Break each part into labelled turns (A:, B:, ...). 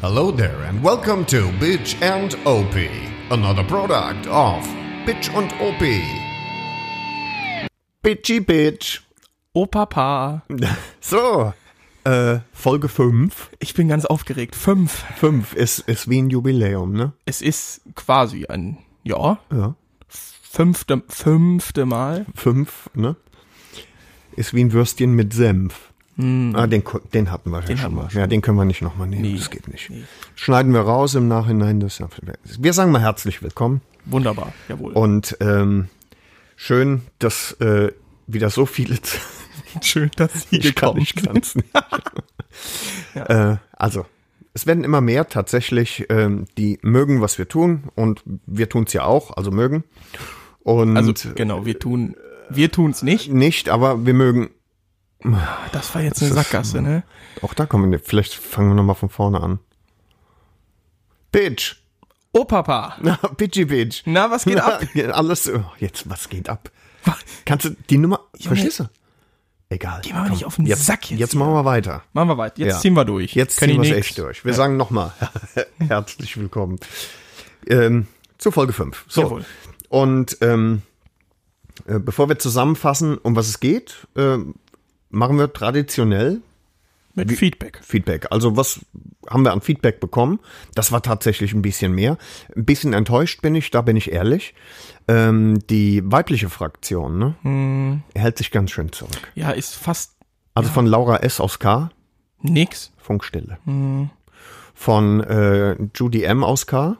A: Hello there and welcome to Bitch and OP, another product of Bitch and OP. Bitchy Bitch.
B: Oh Papa,
A: So, äh, Folge 5.
B: ich bin ganz aufgeregt. Fünf.
A: 5 ist, ist wie ein Jubiläum, ne?
B: Es ist quasi ein, ja,
A: Ja.
B: fünfte, fünfte Mal.
A: 5, ne? Ist wie ein Würstchen mit Senf. Ah, den, ko- den hatten wir ja schon
B: Hm. hatten wir
A: mal. Ja, den können wir nicht nochmal nehmen.
B: Nee.
A: Das geht nicht. Schneiden wir raus im Nachhinein. Das, wir sagen mal herzlich willkommen.
B: Wunderbar, jawohl.
A: Und ähm, schön, dass äh, wieder so viele. zu-
B: schön, dass Sie
A: ich kann's nicht. äh, also, es werden immer mehr tatsächlich, ähm, die mögen, was wir tun. Und wir tun's ja auch, also mögen. Und
B: Also, genau, wir tun, wir tun's nicht.
A: nicht, aber wir mögen.
B: Das war jetzt eine Sackgasse, ne?
A: Auch da kommen wir. Vielleicht fangen wir nochmal von vorne an. Bitch!
B: Oh Papa,
A: Na, Bitchy Bitch.
B: Na, was geht ab?
A: Alles. Oh, jetzt, was geht ab? Kannst du die Nummer. verstehst du? Egal. Geh
B: mal nicht auf den
A: jetzt,
B: Sack jetzt
A: Jetzt machen wir weiter.
B: machen wir weiter. Jetzt
A: Ja.
B: ziehen wir durch.
A: Jetzt
B: Können
A: ziehen
B: die
A: wir
B: nix.
A: echt durch. Wir sagen nochmal herzlich willkommen ähm, zur Folge 5. So.
B: Jawohl.
A: Und ähm, äh, bevor wir zusammenfassen, um was es geht, äh, machen wir traditionell
B: Mit Feedback.
A: Feedback. Also was haben wir an Feedback bekommen? Das war tatsächlich ein bisschen mehr. Ein bisschen enttäuscht bin ich, da bin ich ehrlich. Ähm, die weibliche Fraktion ne?
B: Hm.
A: hält sich ganz schön zurück.
B: Ja, ist fast
A: Also von Laura S. aus K.
B: nix.
A: Funkstille.
B: Mhm.
A: Von äh, Judy M. aus K.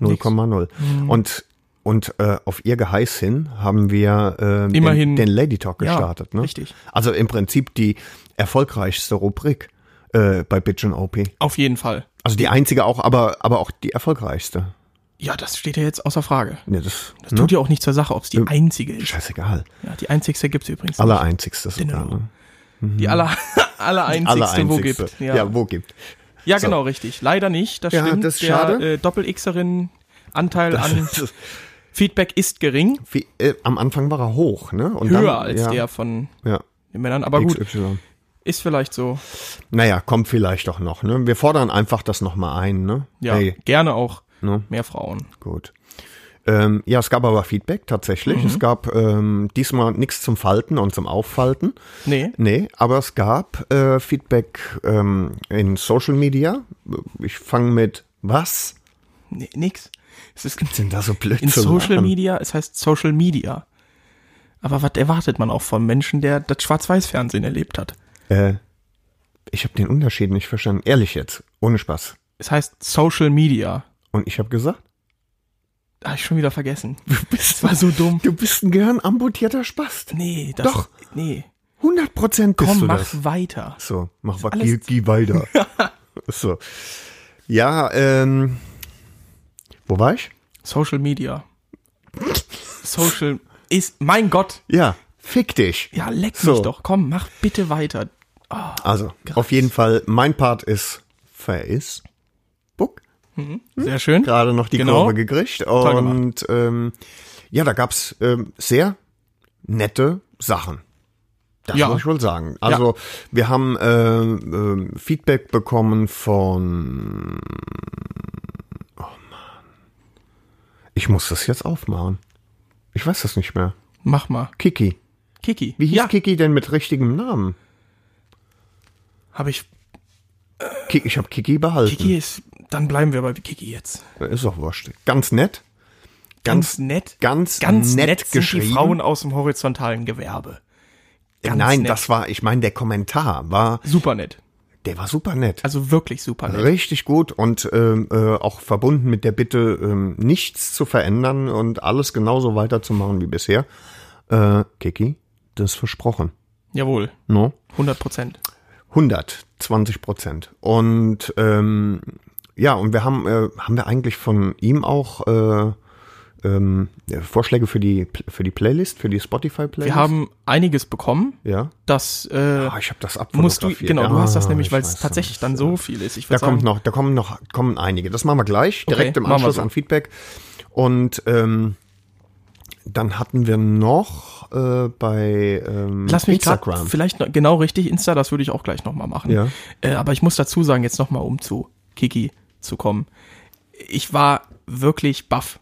A: 0,0.
B: Mhm.
A: Und, und äh, auf ihr Geheiß hin haben wir äh, den,
B: Immerhin-
A: den Lady Talk
B: Ja,
A: gestartet. ne?
B: richtig.
A: Also im Prinzip die erfolgreichste Rubrik äh, bei Bitch and OP.
B: Auf jeden Fall.
A: Also die einzige auch, aber, aber auch die erfolgreichste.
B: Ja, das steht ja jetzt außer Frage.
A: Nee, das, ne?
B: Das tut ja auch nicht zur Sache, ob's die einzige ist.
A: scheißegal.
B: Ja, die einzigste gibt's übrigens. nicht.
A: Allereinzigste sogar.
B: Genau.
A: Ne?
B: Die aller, aller einzigste, wo
A: Allereinzigste.
B: gibt.
A: Ja. wo gibt.
B: Ja,
A: So.
B: genau, richtig. Leider nicht. Das
A: Ja,
B: stimmt.
A: das ist
B: Der
A: schade.
B: äh, Doppel-Xerin Anteil an
A: Das ist-
B: Feedback ist gering,
A: Wie, äh, am Anfang war er hoch, ne? Und
B: höher
A: dann-
B: als
A: ja,
B: der von
A: Ja,
B: den Männern. Aber gut,
A: XY.
B: ist vielleicht so.
A: Naja, kommt vielleicht doch noch. Ne? Wir fordern einfach das nochmal ein. Ne?
B: Ja,
A: Hey,
B: gerne auch
A: Ne?
B: mehr Frauen.
A: gut. Ähm, ja, es gab aber Feedback tatsächlich.
B: Mhm.
A: Es gab ähm, diesmal nichts zum Falten und zum Auffalten.
B: Nee,
A: Nee, aber es gab äh, Feedback ähm, in Social Media. Ich fange mit, was?
B: nee nix. Es ist
A: Sind da so blöd
B: in
A: zu
B: Social
A: machen?
B: Media, es heißt Social Media. Aber was erwartet man auch von Menschen, der das Schwarz-Weiß-Fernsehen erlebt hat?
A: Äh, ich habe den Unterschied nicht verstanden. Ehrlich jetzt, ohne Spaß.
B: Es heißt Social Media.
A: Und ich habe gesagt,
B: Hab ich schon wieder vergessen.
A: du bist,
B: Das war so dumm.
A: du bist ein gehirnamputierter Spast.
B: Nee, das.
A: Doch.
B: Nee.
A: 100 Prozent bist
B: Komm,
A: du
B: mach
A: das.
B: weiter.
A: So, mach weiter. Geh,
B: alles-
A: geh weiter. so. Ja, ähm, wo war ich?
B: Social Media. Social ist, mein Gott.
A: Ja, fick dich.
B: Ja, leck
A: So.
B: mich doch. Komm, mach bitte weiter.
A: Also, auf jeden Fall, mein Part ist Facebook.
B: Sehr schön.
A: Gerade noch die
B: Genau.
A: Kurve gekriegt.
B: gemacht.
A: Und ähm, ja, da gab's ähm, sehr nette Sachen. Das
B: Ja.
A: muss ich wohl sagen. Also, wir haben ähm, ähm, Feedback bekommen von. Oh Mann. Ich muss das jetzt aufmachen. Ich weiß das nicht mehr.
B: Mach mal.
A: Kiki.
B: Kiki.
A: Wie hieß
B: ja,
A: Kiki denn mit richtigem Namen?
B: habe ich.
A: Ki ich habe Kiki behalten.
B: Kiki ist. Dann bleiben wir bei Kiki jetzt.
A: Ist doch wurscht. Ganz nett.
B: Ganz nett.
A: ganz,
B: Ganz
A: nett,
B: nett, sind
A: geschrieben.
B: die Frauen aus dem horizontalen Gewerbe. Ganz
A: Nein,
B: nett.
A: das war, ich meine, der Kommentar war,
B: Super nett.
A: der war super nett.
B: Also wirklich super nett.
A: Richtig gut und ähm, äh, auch verbunden mit der Bitte, ähm, nichts zu verändern und alles genauso weiterzumachen wie bisher. Äh, Kiki, das ist versprochen. ne?
B: Jawohl.
A: No?
B: 100 Prozent.
A: 120 Prozent. Und ähm, ja, und wir haben, äh, haben wir eigentlich von ihm auch äh, ähm, Vorschläge für die, für die Playlist, für die Spotify-Playlist?
B: Wir haben einiges bekommen.
A: Ja.
B: Das äh,
A: Ah, ich habe das
B: musst du.
A: abfotografiert.
B: Genau, du hast das
A: Ah,
B: nämlich,
A: ich
B: weil es
A: weiß.
B: tatsächlich dann so viel ist. Ich
A: Da
B: würde sagen,
A: kommt noch, da kommen noch, kommen einige. Das machen wir gleich, direkt im
B: machen wir
A: Anschluss
B: so.
A: an Feedback. Und ähm, Dann hatten wir noch äh, bei ähm,
B: Lass mich gerade
A: Instagram.
B: vielleicht noch, genau richtig Insta, das würde ich auch gleich nochmal machen.
A: Ja.
B: Äh, aber ich muss dazu sagen, jetzt nochmal um zu Kiki zu kommen. Ich war wirklich baff.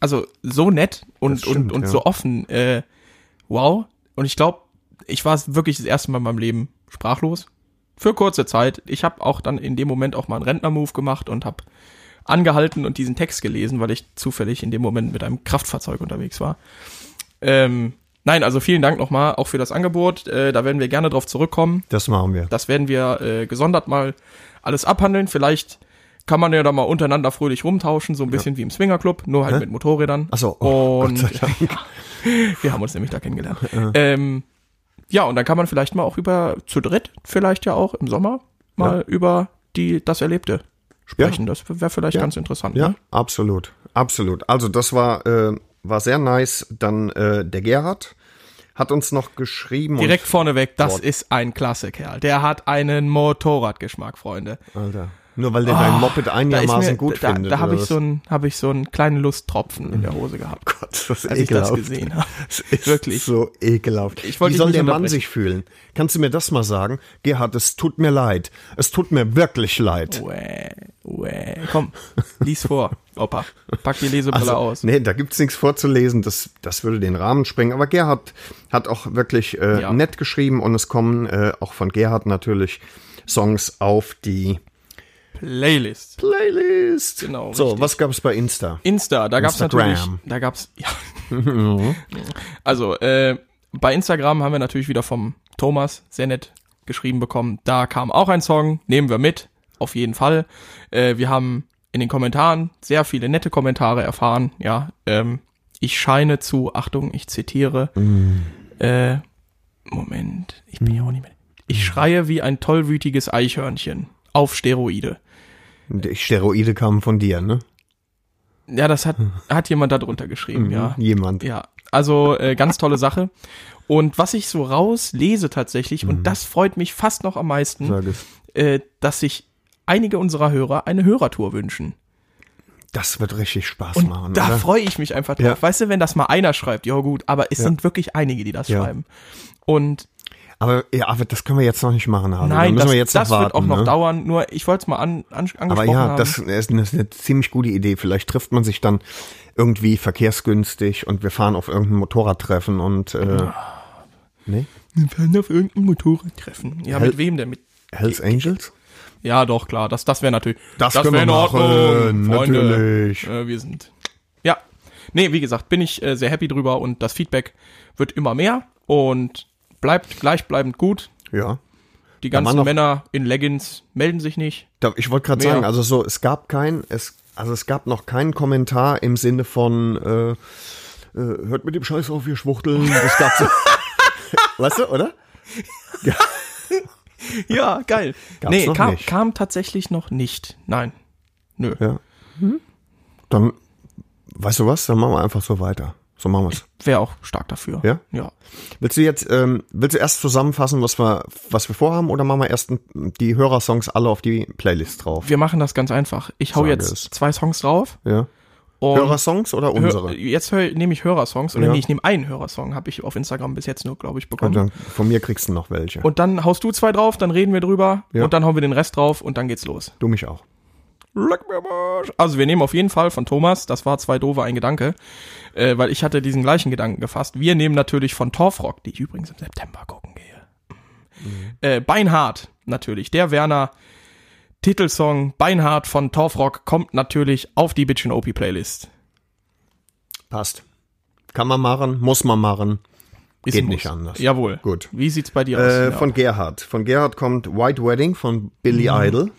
B: Also so nett und
A: Das stimmt,
B: und, und
A: ja.
B: so offen. Äh, wow. Und ich glaube, ich war wirklich das erste Mal in meinem Leben sprachlos. Für kurze Zeit. Ich habe auch dann in dem Moment auch mal einen Rentner-Move gemacht und habe angehalten und diesen Text gelesen, weil ich zufällig in dem Moment mit einem Kraftfahrzeug unterwegs war. Ähm, nein, also vielen Dank nochmal auch für das Angebot. Äh, da werden wir gerne drauf zurückkommen.
A: das machen wir.
B: Das werden wir äh, gesondert mal alles abhandeln. Vielleicht kann man ja da mal untereinander fröhlich rumtauschen, so ein bisschen wie im Swingerclub, nur halt mit Motorrädern.
A: Ach so, oh,
B: und
A: Gott sei Dank.
B: wir haben uns nämlich da kennengelernt. Ähm, ja, und dann kann man vielleicht mal auch über zu dritt, vielleicht ja auch im Sommer, mal über die das Erlebte sprechen. Das wäre vielleicht ganz interessant.
A: Ja,
B: Ne?
A: absolut, absolut. Also das war äh, war sehr nice. Dann äh, der Gerhard hat uns noch geschrieben.
B: Direkt vorneweg, das
A: Wort.
B: ist ein klasse Kerl. Der hat einen Motorradgeschmack, Freunde.
A: Und, Alter, nur weil der
B: Ah,
A: dein Moped einigermaßen gut
B: da,
A: findet.
B: da habe
A: oder
B: ich
A: was?
B: so einen habe ich so einen kleinen Lusttropfen in der Hose gehabt,
A: Gott, das ist
B: als ich das
A: ekelhaft.
B: gesehen habe.
A: Das ist
B: Wirklich.
A: so ekelhaft.
B: Ich wollte
A: Wie
B: dich
A: soll
B: nicht
A: der Mann
B: unterbrechen.
A: sich fühlen? Kannst du mir das mal sagen? Gerhard, es tut mir leid. Es tut mir wirklich leid.
B: Uäh, uäh. Komm, lies vor, Opa. Pack die Lesebrille aus.
A: Also, Nee, da gibt's nichts vorzulesen, das, das würde den Rahmen sprengen. Aber Gerhard hat auch wirklich äh,
B: Ja.
A: nett geschrieben und es kommen äh, auch von Gerhard natürlich Songs auf die
B: Playlist.
A: Playlist.
B: Genau,
A: So,
B: richtig.
A: was gab's bei Insta?
B: Insta, da gab's
A: Instagram.
B: natürlich, da gab's ja. also äh, bei Instagram haben wir natürlich wieder vom Thomas sehr nett geschrieben bekommen. Da kam auch ein Song, nehmen wir mit, auf jeden Fall. Äh, wir haben in den Kommentaren sehr viele nette Kommentare erfahren. Ja, ähm, ich scheine zu, Achtung, ich zitiere. Äh, Moment, ich bin ja auch nicht mehr. Ich schreie wie ein tollwütiges Eichhörnchen auf Steroide.
A: Die Steroide kamen von dir, ne?
B: Ja, das hat hat jemand da drunter geschrieben.
A: Mhm.
B: Ja,
A: Hm? Jemand.
B: Ja, also äh, ganz tolle Sache. Und was ich so rauslese tatsächlich,
A: Mhm.
B: und das freut mich fast noch am meisten,
A: Sag es.
B: äh, dass sich einige unserer Hörer eine Hörertour wünschen.
A: Das wird richtig Spaß
B: Und
A: machen.
B: da
A: oder?
B: freue ich mich einfach drauf.
A: Ah, Ja.
B: Weißt du, wenn das mal einer schreibt, ja gut, aber es sind wirklich einige, die das
A: Ja.
B: schreiben. Und
A: Aber, ja, aber das können wir jetzt noch nicht machen, Harvey. da
B: nein,
A: müssen
B: das,
A: wir jetzt
B: das
A: noch warten,
B: wird auch noch
A: ne?
B: dauern, nur ich wollte es mal an, an, angesprochen
A: Aber ja,
B: haben.
A: das ist eine, ist eine ziemlich gute Idee. Vielleicht trifft man sich dann irgendwie verkehrsgünstig und wir fahren auf irgendein Motorradtreffen und äh,
B: Genau.
A: nee?
B: wir werden auf irgendein Motorrad treffen. Ja, mit
A: Hel-
B: wem denn? Mit,
A: Hells Angels?
B: ja, doch, klar, das, das wäre natürlich.
A: Das
B: wär
A: können wir machen,
B: Freunde.
A: natürlich.
B: Äh, wir sind. Ja. Nee, wie gesagt, bin ich äh, sehr happy drüber und das Feedback wird immer mehr und bleibt gleichbleibend gut.
A: Ja.
B: Die
A: Da waren
B: ganzen
A: noch-
B: Männer in Leggings melden sich nicht.
A: Da, ich wollte gerade
B: Mehr.
A: sagen, also so, es gab kein, es, also es gab noch keinen Kommentar im Sinne von äh, äh, hört mit dem Scheiß auf, ihr Schwuchteln. Das gab's so. weißt du, oder?
B: Ja, geil.
A: Gab's
B: nee,
A: noch
B: kam,
A: nicht.
B: kam tatsächlich noch nicht. Nein. Nö.
A: Ja.
B: Hm?
A: Dann, weißt du was, dann machen wir einfach so weiter. So machen wir's.
B: Wäre auch stark dafür.
A: Ja?
B: Ja.
A: Willst du jetzt, ähm, willst du erst zusammenfassen, was wir, was wir vorhaben, oder machen wir erst n- die Hörersongs alle auf die Playlist drauf?
B: Wir machen das ganz einfach. Ich hau
A: Sage
B: jetzt
A: es.
B: zwei Songs drauf.
A: Ja.
B: Und
A: Hörersongs oder unsere?
B: Hör, jetzt hör, nehme ich Hörersongs. Oder
A: Ja.
B: nee, ich nehme einen Hörersong. Habe ich auf Instagram bis jetzt nur, glaube ich, bekommen.
A: Und dann, von mir kriegst du noch welche.
B: Und dann haust du zwei drauf, dann reden wir drüber
A: Ja.
B: und dann hauen wir den Rest drauf und dann geht's los.
A: du mich auch.
B: Leck mir am Arsch. Also wir nehmen auf jeden Fall von Thomas, das war zwei doofe ein Gedanke, äh, weil ich hatte diesen gleichen Gedanken gefasst. Wir nehmen natürlich von Torfrock, die ich übrigens im September gucken gehe.
A: Mhm.
B: Äh, Beinhard natürlich, der Werner Titelsong Beinhard von Torfrock kommt natürlich auf die Bitchin OP Playlist.
A: Passt. Kann man machen, muss man machen.
B: Ist
A: Geht
B: ein
A: nicht
B: Muss.
A: anders.
B: Jawohl.
A: Gut.
B: Wie sieht's bei dir aus?
A: Äh,
B: Ja,
A: Von Gerhard. Von Gerhard kommt White Wedding von Billy
B: Mhm.
A: Idol.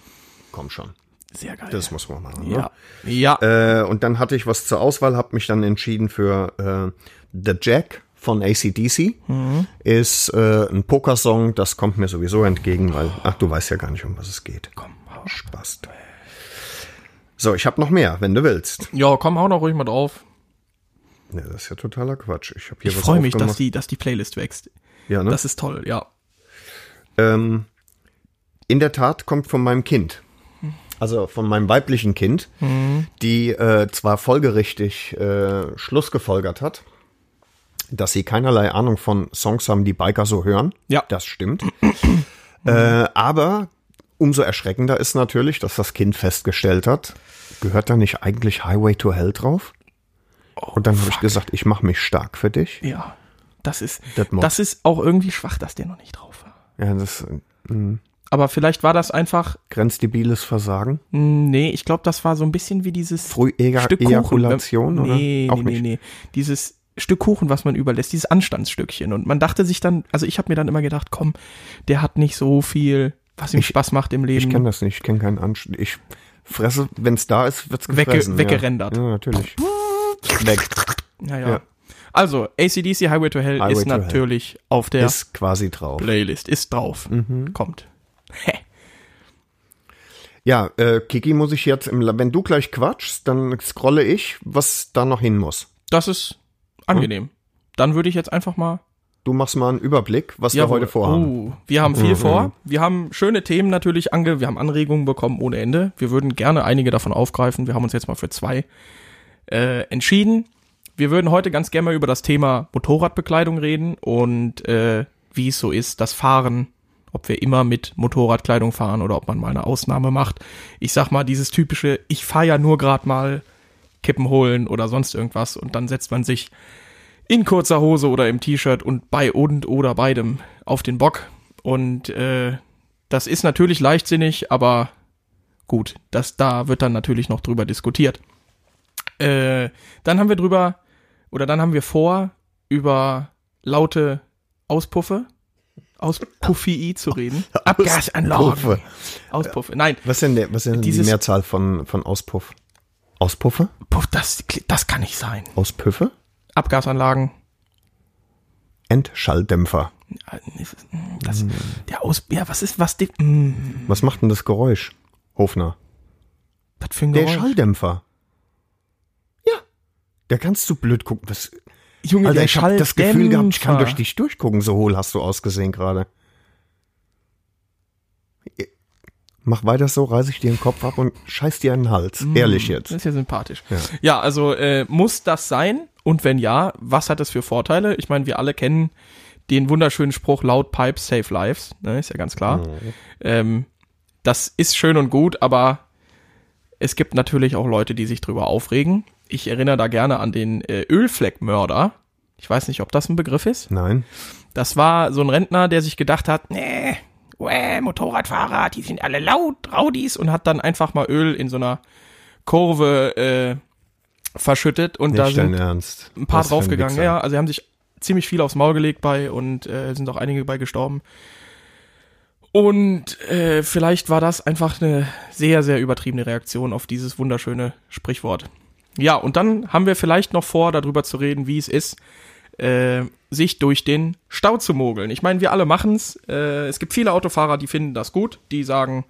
A: Komm schon,
B: sehr geil.
A: das muss man machen.
B: ja. Ja.
A: Ne? Äh, und dann hatte ich was zur Auswahl, habe mich dann entschieden für äh, The Jack von ACDC.
B: Mhm.
A: Ist äh, ein Pokersong, das kommt mir sowieso entgegen, weil, ach, du weißt ja gar nicht, um was es geht.
B: komm, hau.
A: Spaß. So, ich habe noch mehr, wenn du willst.
B: Ja, komm, hau noch ruhig mal drauf.
A: Ne, das ist ja totaler Quatsch. Ich, hab hier
B: Ich
A: was
B: freue mich, dass
A: aufgemacht.
B: die, dass die Playlist wächst.
A: Ja, ne?
B: Das ist toll, ja.
A: Ähm, in der Tat kommt von meinem Kind. Also von meinem weiblichen Kind, die äh, zwar folgerichtig äh, Schluss gefolgert hat, dass sie keinerlei Ahnung von Songs haben, die Biker so hören.
B: Ja.
A: Das stimmt. äh, aber umso erschreckender ist natürlich, dass das Kind festgestellt hat, gehört da nicht eigentlich Highway to Hell drauf? Und dann habe ich gesagt, ich mache mich stark für dich.
B: Ja, das ist,
A: Das Mod.
B: das ist auch irgendwie schwach, dass der noch nicht drauf war.
A: Ja, das äh,
B: Aber vielleicht war das einfach,
A: grenzdebiles Versagen.
B: mh, nee, ich glaube, das war so ein bisschen wie dieses
A: Früh
B: Stück
A: Ejakulation,
B: Kuchen.
A: oder?
B: Nee,
A: Auch
B: nee, nee,
A: nicht.
B: nee. Dieses Stück Kuchen, was man überlässt, dieses Anstandsstückchen. Und man dachte sich dann, also ich habe mir dann immer gedacht, komm, der hat nicht so viel, was ihm
A: Ich-
B: Spaß macht im Leben.
A: Ich kenne das nicht, ich kenne keinen Anstand. Ich fresse, wenn es da ist, wird's
B: Wegge-
A: gefressen.
B: weggerendert.
A: Ja, ja natürlich. Weg.
B: ja, ja.
A: ja.
B: Also, ACDC Highway to Hell
A: Highway
B: ist
A: to Hell.
B: natürlich auf der
A: Ist Mhm. quasi drauf.
B: Playlist, ist drauf. Kommt. Hä.
A: Ja, äh, Kiki muss ich jetzt, im, La- wenn du gleich quatschst, dann scrolle ich, was da noch hin muss.
B: Das ist angenehm. Dann würde ich jetzt einfach mal
A: Du machst mal einen Überblick, was wir heute vorhaben.
B: Oh, wir haben viel vor. Wir haben schöne Themen natürlich ange, wir haben Anregungen bekommen ohne Ende. Wir würden gerne einige davon aufgreifen. Wir haben uns jetzt mal für zwei äh, entschieden. Wir würden heute ganz gerne mal über das Thema Motorradbekleidung reden und äh, wie es so ist, das Fahren, ob wir immer mit Motorradkleidung fahren oder ob man mal eine Ausnahme macht. Ich sag mal, dieses typische, ich fahre ja nur gerade mal Kippen holen oder sonst irgendwas und dann setzt man sich in kurzer Hose oder im T-Shirt und bei und oder beidem auf den Bock. Und äh, das ist natürlich leichtsinnig, aber gut, das da wird dann natürlich noch drüber diskutiert. Äh, dann haben wir drüber oder dann haben wir vor über laute Auspuffe, Auspuffi zu reden. Oh, Abgasanlagen.
A: Auspuffe.
B: Auspuffe. Nein,
A: Was denn der, was denn die
B: Dieses-
A: Mehrzahl von, von Auspuff? Auspuffe?
B: puff, das, das kann nicht sein.
A: Auspüffe?
B: Abgasanlagen.
A: Endschalldämpfer.
B: Ja, Das, ist- das, der Aus, ja, was ist, was, die, mm,
A: Was macht denn das Geräusch, Hofner?
B: was für ein
A: Der
B: Geräusch?
A: Schalldämpfer. Ja. Da kannst du blöd gucken. Was,
B: Junge,
A: Alter, Also
B: der
A: ich habe das Gefühl gehabt, ich kann
B: Schalldämpfer.
A: durch dich durchgucken. So hohl hast du ausgesehen gerade. Mach weiter so, reiß ich dir den Kopf ab und scheiß dir einen Hals. Ehrlich
B: Das
A: jetzt.
B: ist ja sympathisch. Ja,
A: Ja.
B: also äh, muss das sein? Und wenn ja, was hat das für Vorteile? Ich meine, wir alle kennen den wunderschönen Spruch Loud Pipes Save Lives, ne? ist ja ganz klar.
A: Mhm.
B: Ähm, das ist schön und gut, aber es gibt natürlich auch Leute, die sich drüber aufregen. Ich erinnere da gerne an den äh, Ölfleckmörder. Ich weiß nicht, ob das ein Begriff ist.
A: Nein.
B: Das war so ein Rentner, der sich gedacht hat, nee, uäh, Motorradfahrer, die sind alle laut, Raudis und hat dann einfach mal Öl in so einer Kurve äh, verschüttet und da
A: Nicht dein
B: sind
A: Ernst.
B: ein paar
A: Was für ein
B: draufgegangen.
A: Wichser.
B: Ja, also die haben sich ziemlich viel aufs Maul gelegt bei und äh, sind auch einige bei gestorben. Und äh, vielleicht war das einfach eine sehr, sehr übertriebene Reaktion auf dieses wunderschöne Sprichwort. Ja, und dann haben wir vielleicht noch vor, darüber zu reden, wie es ist, äh, sich durch den Stau zu mogeln. Ich meine, wir alle machen's. Äh, es gibt viele Autofahrer, die finden das gut, die sagen,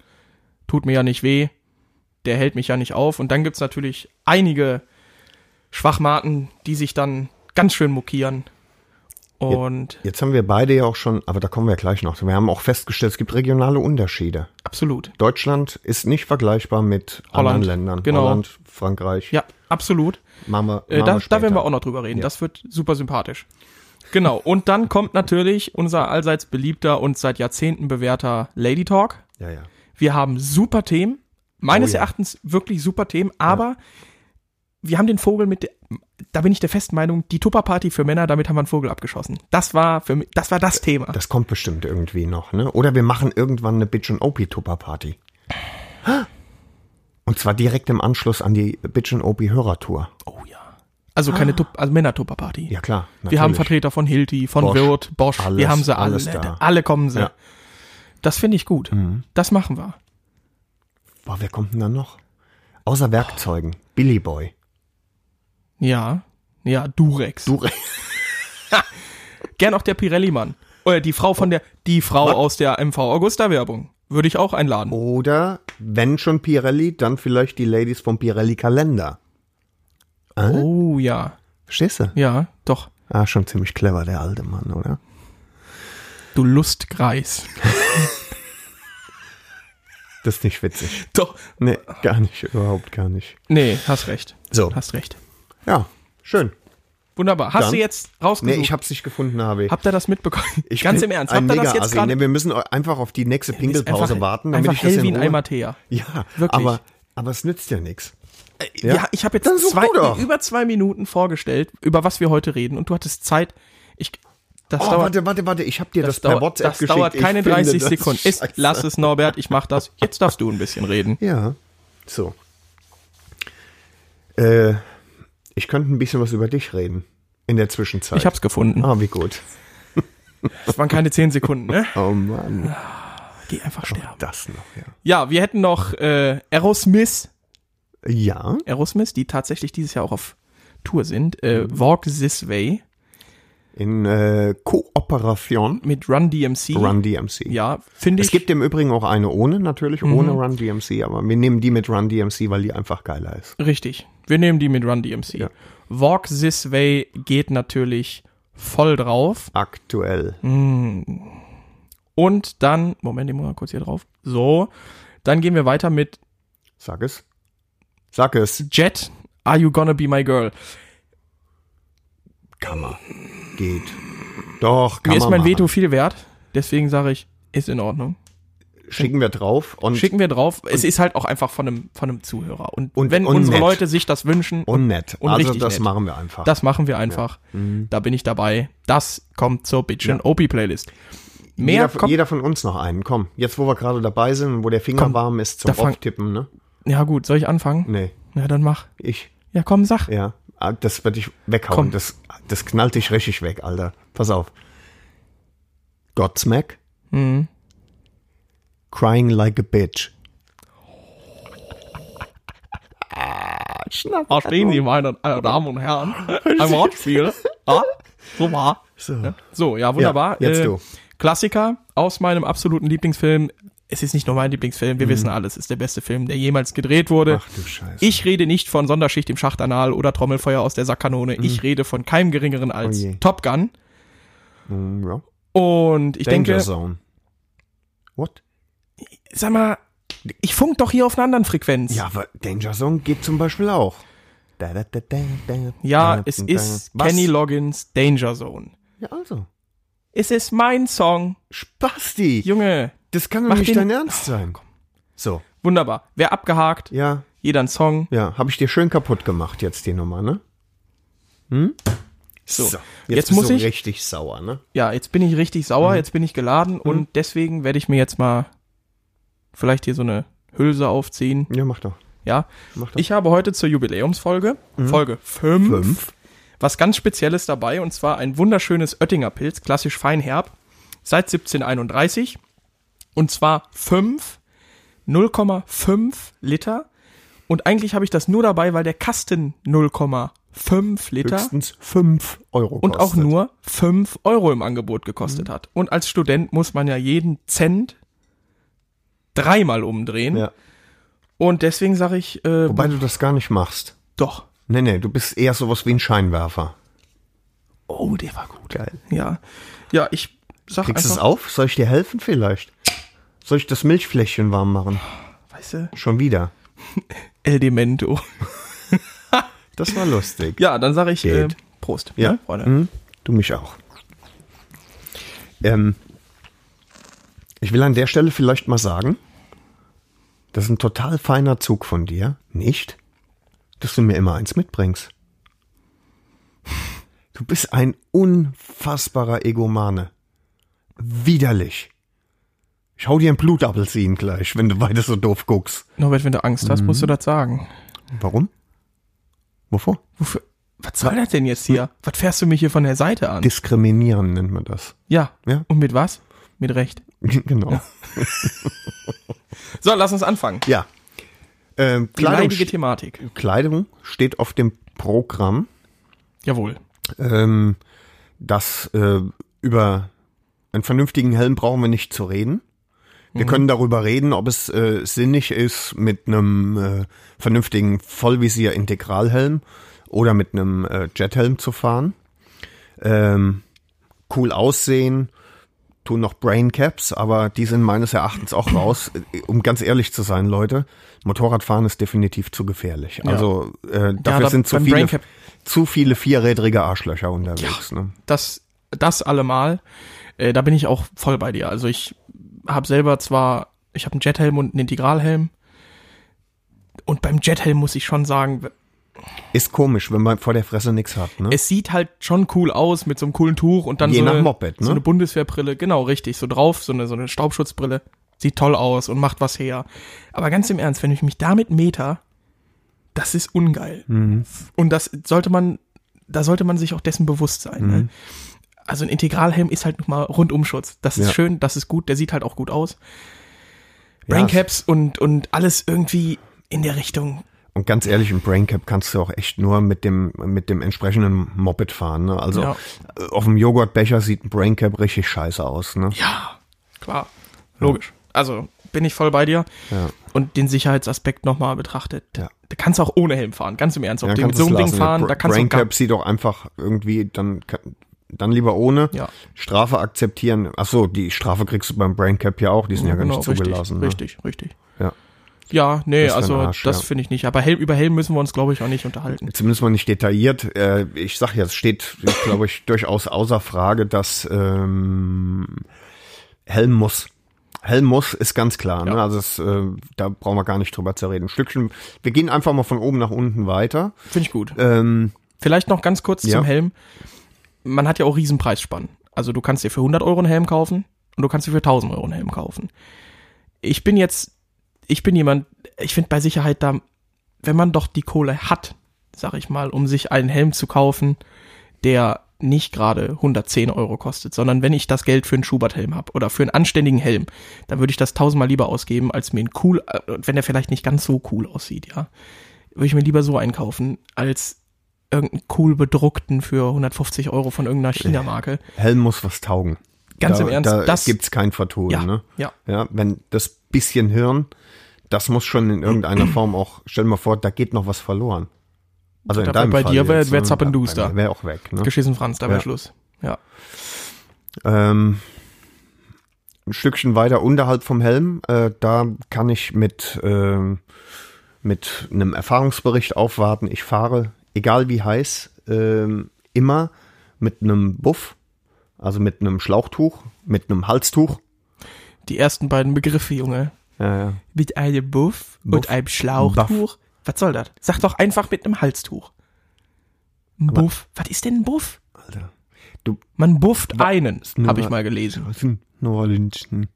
B: tut mir ja nicht weh, der hält mich ja nicht auf. Und dann gibt's natürlich einige Schwachmaten, die sich dann ganz schön mokieren. Und
A: Jetzt haben wir beide ja auch schon, aber da kommen wir gleich noch. Wir haben auch festgestellt, es gibt regionale Unterschiede.
B: absolut.
A: Deutschland ist nicht vergleichbar mit anderen
B: Holland,
A: Ländern.
B: genau.
A: Holland, Frankreich.
B: Ja, absolut.
A: Machen wir,
B: Äh,
A: machen
B: da,
A: wir
B: da
A: später.
B: werden wir auch noch drüber reden. Das wird super sympathisch. Genau. Und dann kommt natürlich unser allseits beliebter und seit Jahrzehnten bewährter Lady Talk.
A: Ja, ja.
B: Wir haben super Themen. Meines
A: Oh ja.
B: Erachtens wirklich super Themen, aber wir haben den Vogel mit, der- da bin ich der festen Meinung, die Tupperparty für Männer, damit haben wir einen Vogel abgeschossen. Das war für mich, das war das Thema.
A: Äh, Das kommt bestimmt irgendwie noch, ne? Oder wir machen irgendwann eine Bitch und Opie Tupper Party. Und zwar direkt im Anschluss an die Bitch und Opie Hörertour.
B: oh ja. Also keine
A: Ah.
B: Tupp- also Männer-Tupperparty.
A: Ja klar.
B: Wir haben
A: natürlich.
B: Vertreter von Hilti, von
A: Bosch.
B: Wirth, Bosch, wir
A: Alles,
B: haben sie alle.
A: alles da.
B: Alle kommen sie.
A: Ja. Mhm.
B: Das finde ich gut. Das machen wir.
A: Boah, wer kommt denn da noch? Außer Werkzeugen. Billy Boy.
B: Ja. Ja, Durex.
A: Du
B: Gern auch der Pirelli-Mann. Oder die Frau von der, die Frau aus der MV Augusta-Werbung. Würde ich auch einladen.
A: Oder, wenn schon Pirelli, dann vielleicht die Ladies vom Pirelli Kalender. Äh?
B: Oh ja.
A: Verstehst du?
B: Ja, doch.
A: Ah, schon ziemlich clever, der alte Mann, oder?
B: Du Lustgreis.
A: Das ist nicht witzig.
B: doch.
A: Nee, gar nicht. Überhaupt gar nicht.
B: Nee, hast recht.
A: So.
B: Hast recht.
A: Ja, schön.
B: Wunderbar. Hast
A: Dann-
B: du jetzt
A: Nee,
B: rausgesucht?
A: ich hab's nicht gefunden, HW.
B: Habt ihr das mitbekommen?
A: ich
B: Ganz
A: bin
B: im Ernst,
A: ein
B: habt ihr das
A: mega also
B: jetzt
A: Assi.
B: gerade?
A: Nee, wir müssen einfach auf die nächste Pinkelpause
B: Einfach-
A: warten, damit
B: einfach
A: ich das
B: hell wie
A: in
B: ein
A: Ruhe...
B: Eimer Thea.
A: Ja,
B: Wirklich.
A: aber aber es nützt ja nichts.
B: Äh, Ja, ich habe jetzt
A: Dann such
B: zwei,
A: du doch.
B: über zwei Minuten vorgestellt, über was wir heute reden und du hattest Zeit. Ich, das
A: Oh,
B: dauert,
A: warte, warte, warte, ich habe dir das,
B: das
A: per
B: dauert,
A: WhatsApp
B: das
A: geschickt.
B: dauert
A: Ich
B: keine
A: finde
B: 30
A: das
B: Sekunden. Ist,
A: scheiße.
B: lass es, Norbert, ich mach das. Jetzt darfst du ein bisschen reden.
A: Ja, so. Äh, ich könnte ein bisschen was über dich reden in der Zwischenzeit.
B: Ich hab's gefunden.
A: Ah, wie gut.
B: Das waren keine 10 Sekunden, ne?
A: Oh Mann,
B: Geh einfach sterben.
A: das noch, ja.
B: Ja, wir hätten noch äh, Aerosmith,
A: Ja,
B: Aerosmith, die tatsächlich dieses Jahr auch auf Tour sind. Äh,
A: Mhm.
B: Walk This Way
A: in äh, Kooperation
B: mit Run DMC.
A: Run DMC.
B: Ja, finde ich.
A: Es gibt im Übrigen auch eine ohne, natürlich,
B: Mhm.
A: ohne Run DMC, aber wir nehmen die mit Run DMC, weil die einfach geiler ist.
B: Richtig. Wir nehmen die mit Run DMC.
A: Ja.
B: Walk This Way geht natürlich voll drauf.
A: Aktuell.
B: Mhm. Und dann, Moment, ich muss mal kurz hier drauf. So. Dann gehen wir weiter mit
A: Sag es. Sag es.
B: Jet, Are You Gonna Be My Girl?
A: Kann man. Geht. Doch, kann
B: Mir ist
A: man
B: mein
A: machen.
B: Veto viel wert, deswegen sage ich, ist in Ordnung.
A: Schicken wir drauf und
B: Schicken wir drauf. Es ist halt auch einfach von einem, von einem Zuhörer. Und,
A: Und-
B: wenn
A: und
B: unsere
A: nett.
B: Leute sich das wünschen,
A: und nett.
B: Und
A: also
B: richtig
A: das
B: nett.
A: machen wir einfach.
B: das machen wir einfach.
A: Mhm.
B: Da bin ich dabei. Das kommt zur Bitchin OP Playlist. Mehr
A: jeder,
B: kommt,
A: jeder von uns noch einen. Komm, jetzt wo wir gerade dabei sind, wo der Finger
B: Komm,
A: warm ist
B: da
A: zum
B: fang-
A: Auftippen, ne?
B: ja gut, soll ich anfangen?
A: Nee,
B: Ja, dann mach.
A: ich,
B: Ja, komm, sag.
A: ja. Ah, Das wird dich weghauen.
B: Komm.
A: Das, das knallt dich richtig weg, Alter. Pass auf. Godsmack.
B: Mhm.
A: Crying like a bitch.
B: Ah,
A: Schnapp.
B: Da stehen Sie, meine äh, Damen und Herren. Ein Wortspiel. Ja, super.
A: So.
B: So, ja, wunderbar. Äh,
A: Ja, jetzt du.
B: Klassiker aus meinem absoluten Lieblingsfilm. Es ist nicht nur mein Lieblingsfilm, wir wissen alles. Es ist der beste Film, der jemals gedreht wurde.
A: Mhm. Ach du Scheiße.
B: äh, Ich rede nicht von Sonderschicht im Schachtanal oder Trommelfeuer aus der Sackkanone. Ich rede von keinem geringeren als
A: Mhm. Oh je.
B: Top Gun.
A: Hm, ja.
B: Und ich
A: Danger
B: denke,
A: Zone. What?
B: sag mal, ich funk doch hier auf einer anderen Frequenz.
A: Ja, aber Danger Zone geht zum Beispiel auch. Da, da, da, da, da,
B: Ja,
A: da,
B: es
A: da.
B: ist
A: Was?
B: Kenny Loggins Danger Zone.
A: Ja, also.
B: Es ist mein Song.
A: Spasti,
B: Junge,
A: das kann doch
B: Mach
A: nicht
B: den-
A: dein Ernst sein. So,
B: wunderbar. Wer abgehakt,
A: ja,
B: jeder ein Song.
A: ja, habe ich dir schön kaputt gemacht jetzt die Nummer, ne? Hm? So, jetzt,
B: jetzt
A: bist
B: muss
A: du
B: ich-
A: richtig sauer, ne?
B: Ja, jetzt bin ich richtig sauer, jetzt bin ich geladen und deswegen werde ich mir jetzt mal vielleicht hier so eine Hülse aufziehen.
A: Ja, mach doch.
B: Ja,
A: Mach doch.
B: ich habe heute zur Jubiläumsfolge, Folge 5, was ganz Spezielles dabei und zwar ein wunderschönes Oettinger Pilz, klassisch feinherb, seit 1731 und zwar 5, 0,5 Liter und eigentlich habe ich das nur dabei, weil der Kasten 0,5 Liter
A: Höchstens 5 Euro
B: und auch
A: kostet. Mhm.
B: nur 5 Euro im Angebot gekostet hat. Und als Student muss man ja jeden Cent dreimal umdrehen.
A: Ja.
B: Und deswegen sage ich, äh,
A: Wobei du das gar nicht machst.
B: doch.
A: Nee, nee, du bist eher sowas wie ein Scheinwerfer.
B: Oh, der war gut.
A: Geil.
B: Ja, ja ich sag
A: Kriegst du es
B: einfach,
A: auf? Soll ich dir helfen vielleicht? Soll ich das Milchfläschchen warm machen?
B: weißt du,
A: Schon wieder.
B: El Demento.
A: Das war lustig.
B: Ja, dann sage ich, äh,
A: Geht.
B: Prost.
A: Ja.
B: ne, Freunde.
A: Hm, du mich auch. Ähm, ich will an der Stelle vielleicht mal sagen, das ist ein total feiner Zug von dir, nicht, dass du mir immer eins mitbringst. Du bist ein unfassbarer Egomane. Widerlich. Ich hau dir einen Blutapfelsin gleich, wenn du weiter so doof guckst.
B: Norbert, wenn du Angst hast, musst du
A: Mhm.
B: das sagen.
A: Warum? Wovor?
B: Wofür? Was soll das denn jetzt
A: Hm?
B: hier? Was fährst du mich hier von der Seite an?
A: Diskriminieren nennt man das.
B: Ja.
A: Ja.
B: Und mit was? Mit Recht.
A: genau.
B: So, lass uns anfangen.
A: Ja. Ähm,
B: Die
A: Kleidung,
B: leidige Thematik.
A: Kleidung steht auf dem Programm,
B: Jawohl.
A: ähm, dass äh, über einen vernünftigen Helm brauchen wir nicht zu reden.
B: Mhm.
A: Wir können darüber reden, ob es äh, sinnig ist, mit einem äh, vernünftigen Vollvisier-Integralhelm oder mit einem äh, Jethelm zu fahren. Ähm, cool aussehen, tun noch Brain Caps, aber die sind meines Erachtens auch raus. Um ganz ehrlich zu sein, Leute, Motorradfahren ist definitiv zu gefährlich. Also äh, dafür
B: da-
A: sind zu
B: beim
A: viele,
B: Braincap-
A: zu viele vierrädrige Arschlöcher unterwegs. Ne?
B: das, das allemal. Äh, da bin ich auch voll bei dir. Also ich habe selber zwar, ich habe einen Jethelm und einen Integralhelm. Und beim Jethelm muss ich schon sagen,
A: Ist komisch, wenn man vor der Fresse nichts hat. Ne?
B: es sieht halt schon cool aus mit so einem coolen Tuch und dann
A: Je
B: so,
A: nach
B: eine,
A: Moped, ne?
B: so eine Bundeswehrbrille, genau, richtig, so drauf, so eine, so eine Staubschutzbrille. Sieht toll aus und macht was her. Aber ganz im Ernst, wenn ich mich damit meter, das ist ungeil.
A: Mhm.
B: Und das sollte man, da sollte man sich auch dessen bewusst sein.
A: Mhm.
B: Ne? Also ein Integralhelm ist halt nochmal Rundumschutz. Das ist
A: Ja.
B: schön, das ist gut, der sieht halt auch gut aus.
A: Ja,
B: Braincaps und, und alles irgendwie in der Richtung.
A: Und ganz ehrlich, im Braincap kannst du auch echt nur mit dem, mit dem entsprechenden Moped fahren. Ne? Also
B: Ja.
A: äh, auf dem Joghurtbecher sieht ein Braincap richtig scheiße aus. Ne?
B: Ja, klar. Logisch. Also bin ich voll bei dir.
A: Ja.
B: Und den Sicherheitsaspekt nochmal betrachtet.
A: Ja.
B: Da kannst du auch ohne Helm fahren, ganz im Ernst. Auf
A: Ja,
B: dem, mit
A: kannst
B: so
A: es
B: einem Ding
A: lassen.
B: fahren, da kannst du gar,
A: Braincap sieht doch einfach irgendwie, dann, kann- dann lieber ohne.
B: Ja.
A: Strafe akzeptieren. Ach so, die Strafe kriegst du beim Braincap ja auch, die sind ja, gar
B: genau,
A: nicht
B: richtig,
A: zugelassen. ne?
B: richtig, richtig.
A: Ja.
B: Ja, nee,
A: Das ist
B: also
A: ein Arsch,
B: das
A: ja.
B: finde ich nicht. Aber Helm, über Helm müssen wir uns, glaube ich, auch nicht unterhalten.
A: Zumindest mal nicht detailliert. Äh, ich sag ja, es steht, glaube ich, durchaus außer Frage, dass ähm, Helm muss. Helm muss, ist ganz klar. Ne? Also es, äh, da brauchen wir gar nicht drüber zu reden. Stückchen, wir gehen einfach mal von oben nach unten weiter.
B: Finde ich gut.
A: Ähm,
B: Vielleicht noch ganz kurz
A: Ja.
B: zum Helm. Man hat ja auch Riesenpreisspannen. Also du kannst dir für 100 Euro einen Helm kaufen und du kannst dir für 1000 Euro einen Helm kaufen. Ich bin jetzt, ich bin jemand, ich finde bei Sicherheit da, wenn man doch die Kohle hat, sag ich mal, um sich einen Helm zu kaufen, der nicht gerade 110 Euro kostet, sondern wenn ich das Geld für einen Schubert-Helm habe oder für einen anständigen Helm, dann würde ich das tausendmal lieber ausgeben, als mir einen cool, äh, wenn der vielleicht nicht ganz so cool aussieht, ja. Würde ich mir lieber so einkaufen, als irgendeinen cool bedruckten für 150 Euro von irgendeiner China-Marke.
A: Helm muss was taugen.
B: Ganz
A: Äh, da,
B: im Ernst,
A: da
B: das-
A: gibt's kein Vertun.
B: Ja,
A: ne?
B: ja.
A: ja, wenn das bisschen Hirn, das muss schon in irgendeiner Form auch. Stell dir mal vor, da geht noch was verloren. Also in
B: Da wär-
A: deinem
B: bei
A: Fall
B: dir wär-
A: jetzt,
B: wär
A: ne?
B: Zappenduster.
A: Bei mir Wär auch weg. Ne?
B: Geschissen Franz, da wäre
A: Ja.
B: Schluss. Ja.
A: Ähm, ein Stückchen weiter unterhalb vom Helm, äh, da kann ich mit, ähm, mit einem Erfahrungsbericht aufwarten. Ich fahre, egal wie heiß, ähm, immer mit einem Buff, also mit einem Schlauchtuch, mit einem Halstuch.
B: Die ersten beiden Begriffe, Junge.
A: Ja, ja.
B: Mit einem Buff, und
A: Buff.
B: einem Schlauchtuch. Was soll das? Sag doch einfach mit einem Halstuch. Ein Buff. Was ist denn ein Buff?
A: Alter. Du,
B: Man bufft einen,
A: nur
B: habe ich
A: wa-
B: mal gelesen.
A: Was sind New Orleans? Hm.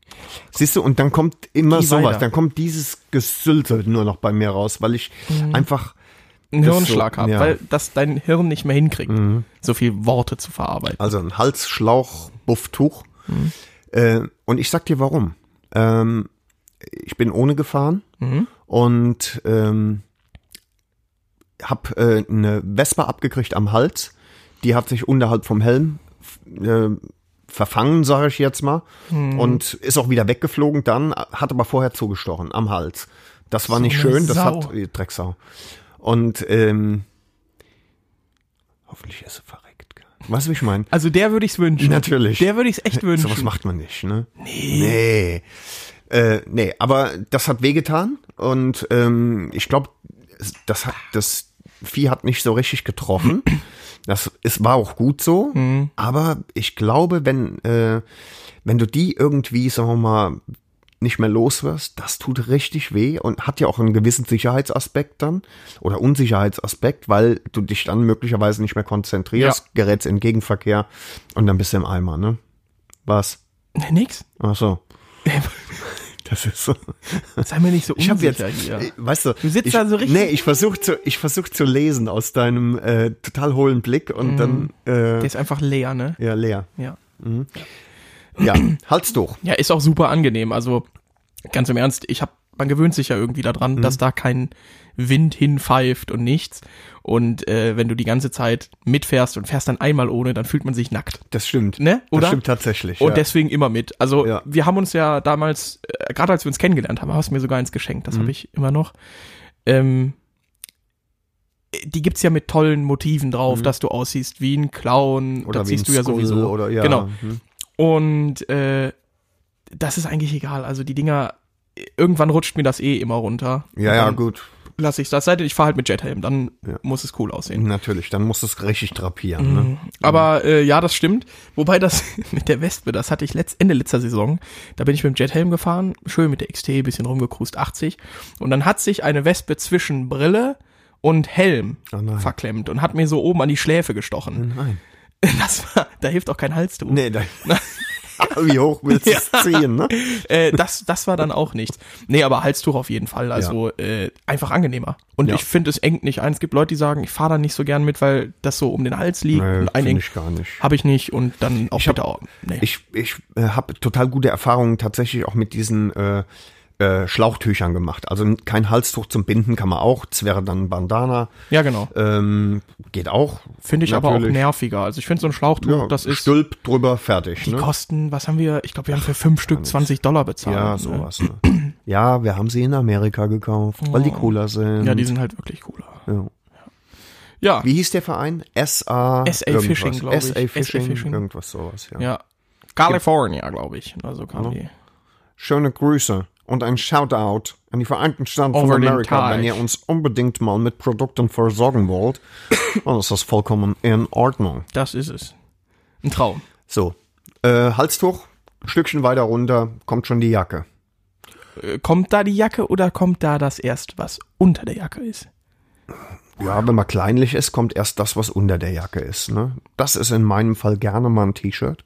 A: Siehst du, und dann kommt immer
B: Geh
A: sowas,
B: weiter.
A: dann kommt dieses Gesülze nur noch bei mir raus, weil ich einfach
B: Einen
A: Das
B: Hirnschlag
A: so-
B: habe,
A: ja. Mhm.
B: weil das dein Hirn nicht mehr hinkriegt, so viel Worte zu verarbeiten.
A: Also ein Halsschlauchbufftuch. Äh, und ich sag dir warum. Ähm, ich bin ohne gefahren
B: Mhm.
A: und ähm, habe äh, eine Vespa abgekriegt am Hals. Die hat sich unterhalb vom Helm f- äh, verfangen, sage ich jetzt mal.
B: Hm.
A: Und ist auch wieder weggeflogen dann, hat aber vorher zugestochen am Hals. Das war nicht
B: eine
A: schön, das
B: Sau.
A: hat äh, Drecksau. Und ähm, hoffentlich ist sie verreckt. gell? Weißt du, wie ich meine?
B: Also der würde ich's wünschen.
A: Natürlich.
B: Der würde ich's echt wünschen.
A: Sowas macht man nicht, ne? Nee. Nee. Äh, nee, aber das hat wehgetan und ähm, ich glaube, das hat das Vieh hat nicht so richtig getroffen. Das es war auch gut so, aber ich glaube, wenn äh, wenn du die irgendwie, sagen wir mal, nicht mehr los wirst, das tut richtig weh und hat ja auch einen gewissen Sicherheitsaspekt dann oder Unsicherheitsaspekt, weil du dich dann möglicherweise nicht mehr konzentrierst, gerätst in Gegenverkehr und dann bist du im Eimer, ne? Was?
B: Nee, Nix.
A: Ach so. Das ist so.
B: Sei mir nicht so
A: Ich habe jetzt,
B: unsicher hier.
A: äh, weißt du,
B: Du sitzt
A: ich,
B: da so richtig-
A: Nee, ich versuche zu, ich versuch zu lesen aus deinem äh, total hohlen Blick und
B: Mhm.
A: dann
B: Der
A: äh,
B: ist einfach leer, ne?
A: ja leer.
B: Ja.
A: Ja, Halstuch.
B: Ja, ist auch super angenehm. Also ganz im Ernst, ich hab, man gewöhnt sich ja irgendwie daran,
A: Mhm.
B: dass da kein Wind hinpfeift und nichts. Und äh, wenn du die ganze Zeit mitfährst und fährst dann einmal ohne, dann fühlt man sich nackt.
A: Das stimmt.
B: Ne? Oder?
A: Das stimmt tatsächlich.
B: Und
A: ja.
B: deswegen immer mit. Also
A: Ja.
B: wir haben uns ja damals, äh, gerade als wir uns kennengelernt haben, hast du mir sogar eins geschenkt. Das hab
A: Mhm.
B: habe ich immer noch. Ähm, die gibt's ja mit tollen Motiven drauf, dass du aussiehst wie ein Clown.
A: Mhm. oder
B: das
A: wie
B: siehst
A: ein
B: du ja
A: Skull
B: sowieso.
A: Oder, ja.
B: Genau.
A: Mhm.
B: Und äh, das ist eigentlich egal. Also die Dinger, irgendwann rutscht mir das eh immer runter.
A: Ja, ja, gut.
B: Lass ich das sein. Ich fahre halt mit Jethelm, dann
A: Ja.
B: muss es cool aussehen. Mhm.
A: Natürlich, dann musst du es richtig drapieren. Ne?
B: Aber äh, ja, das stimmt. Wobei das mit der Wespe, das hatte ich letzt, Ende letzter Saison. Da bin ich mit dem Jethelm gefahren, schön mit der XT, bisschen rumgekrust, 80. Und dann hat sich eine Wespe zwischen Brille und Helm
A: Oh nein. Mhm.
B: verklemmt und hat mir so oben an die Schläfe gestochen.
A: Nein.
B: Das war, da hilft auch kein Halstuch.
A: Nee, da, wie hoch willst du es ziehen, ne?
B: Äh, das, das war dann auch nichts. Nee, aber Halstuch auf jeden Fall. Also äh, einfach angenehmer. Und
A: Ja.
B: ich finde, es engt nicht ein. Es gibt Leute, die sagen, ich fahre da nicht so gern mit, weil das so um den Hals liegt
A: Nee,
B: und
A: finde
B: einigen
A: ich gar nicht.
B: habe ich nicht und dann auch
A: hab-
B: bitte auch. Nee.
A: Ich, ich äh, habe total gute Erfahrungen tatsächlich auch mit diesen äh, äh, Schlauchtüchern gemacht. Also kein Halstuch zum Binden kann man auch. Das wäre dann ein Bandana.
B: ja, genau.
A: Ähm, geht auch.
B: Finde ich aber auch
A: Natürlich.
B: nerviger. Also ich finde so ein Schlauchtuch,
A: Ja,
B: das ist
A: Stülp drüber, fertig.
B: die
A: ne?
B: Kosten, was haben wir? Ich glaube, wir haben für fünf Stück 20 Dollar bezahlt.
A: Ja,
B: ne?
A: sowas. Ne? Ja, wir haben sie in Amerika gekauft, weil die cooler sind.
B: Oh. Ja, die sind halt wirklich cooler.
A: Ja.
B: Ja,
A: Mhm. Wie hieß der Verein? SA.
B: SA
A: irgendwas.
B: Fishing, glaub ich.
A: SA Fishing,
B: SA Fishing.
A: irgendwas sowas, ja.
B: ja. California, glaube ich. Also kam die.
A: Schöne Grüße und ein Shoutout an die Vereinigten Staaten
B: Over
A: von
B: den
A: Amerika,
B: Teich.
A: wenn ihr uns unbedingt mal mit Produkten versorgen wollt. dann ist das vollkommen in Ordnung.
B: Das ist es. Ein Traum.
A: So, äh, Halstuch, Stückchen weiter runter, kommt schon die Jacke.
B: Äh, Kommt da die Jacke oder kommt da das erst, was unter der Jacke ist?
A: Ja, wenn man kleinlich ist, kommt erst das, was unter der Jacke ist. Ne? Das ist in meinem Fall gerne mal ein T-Shirt.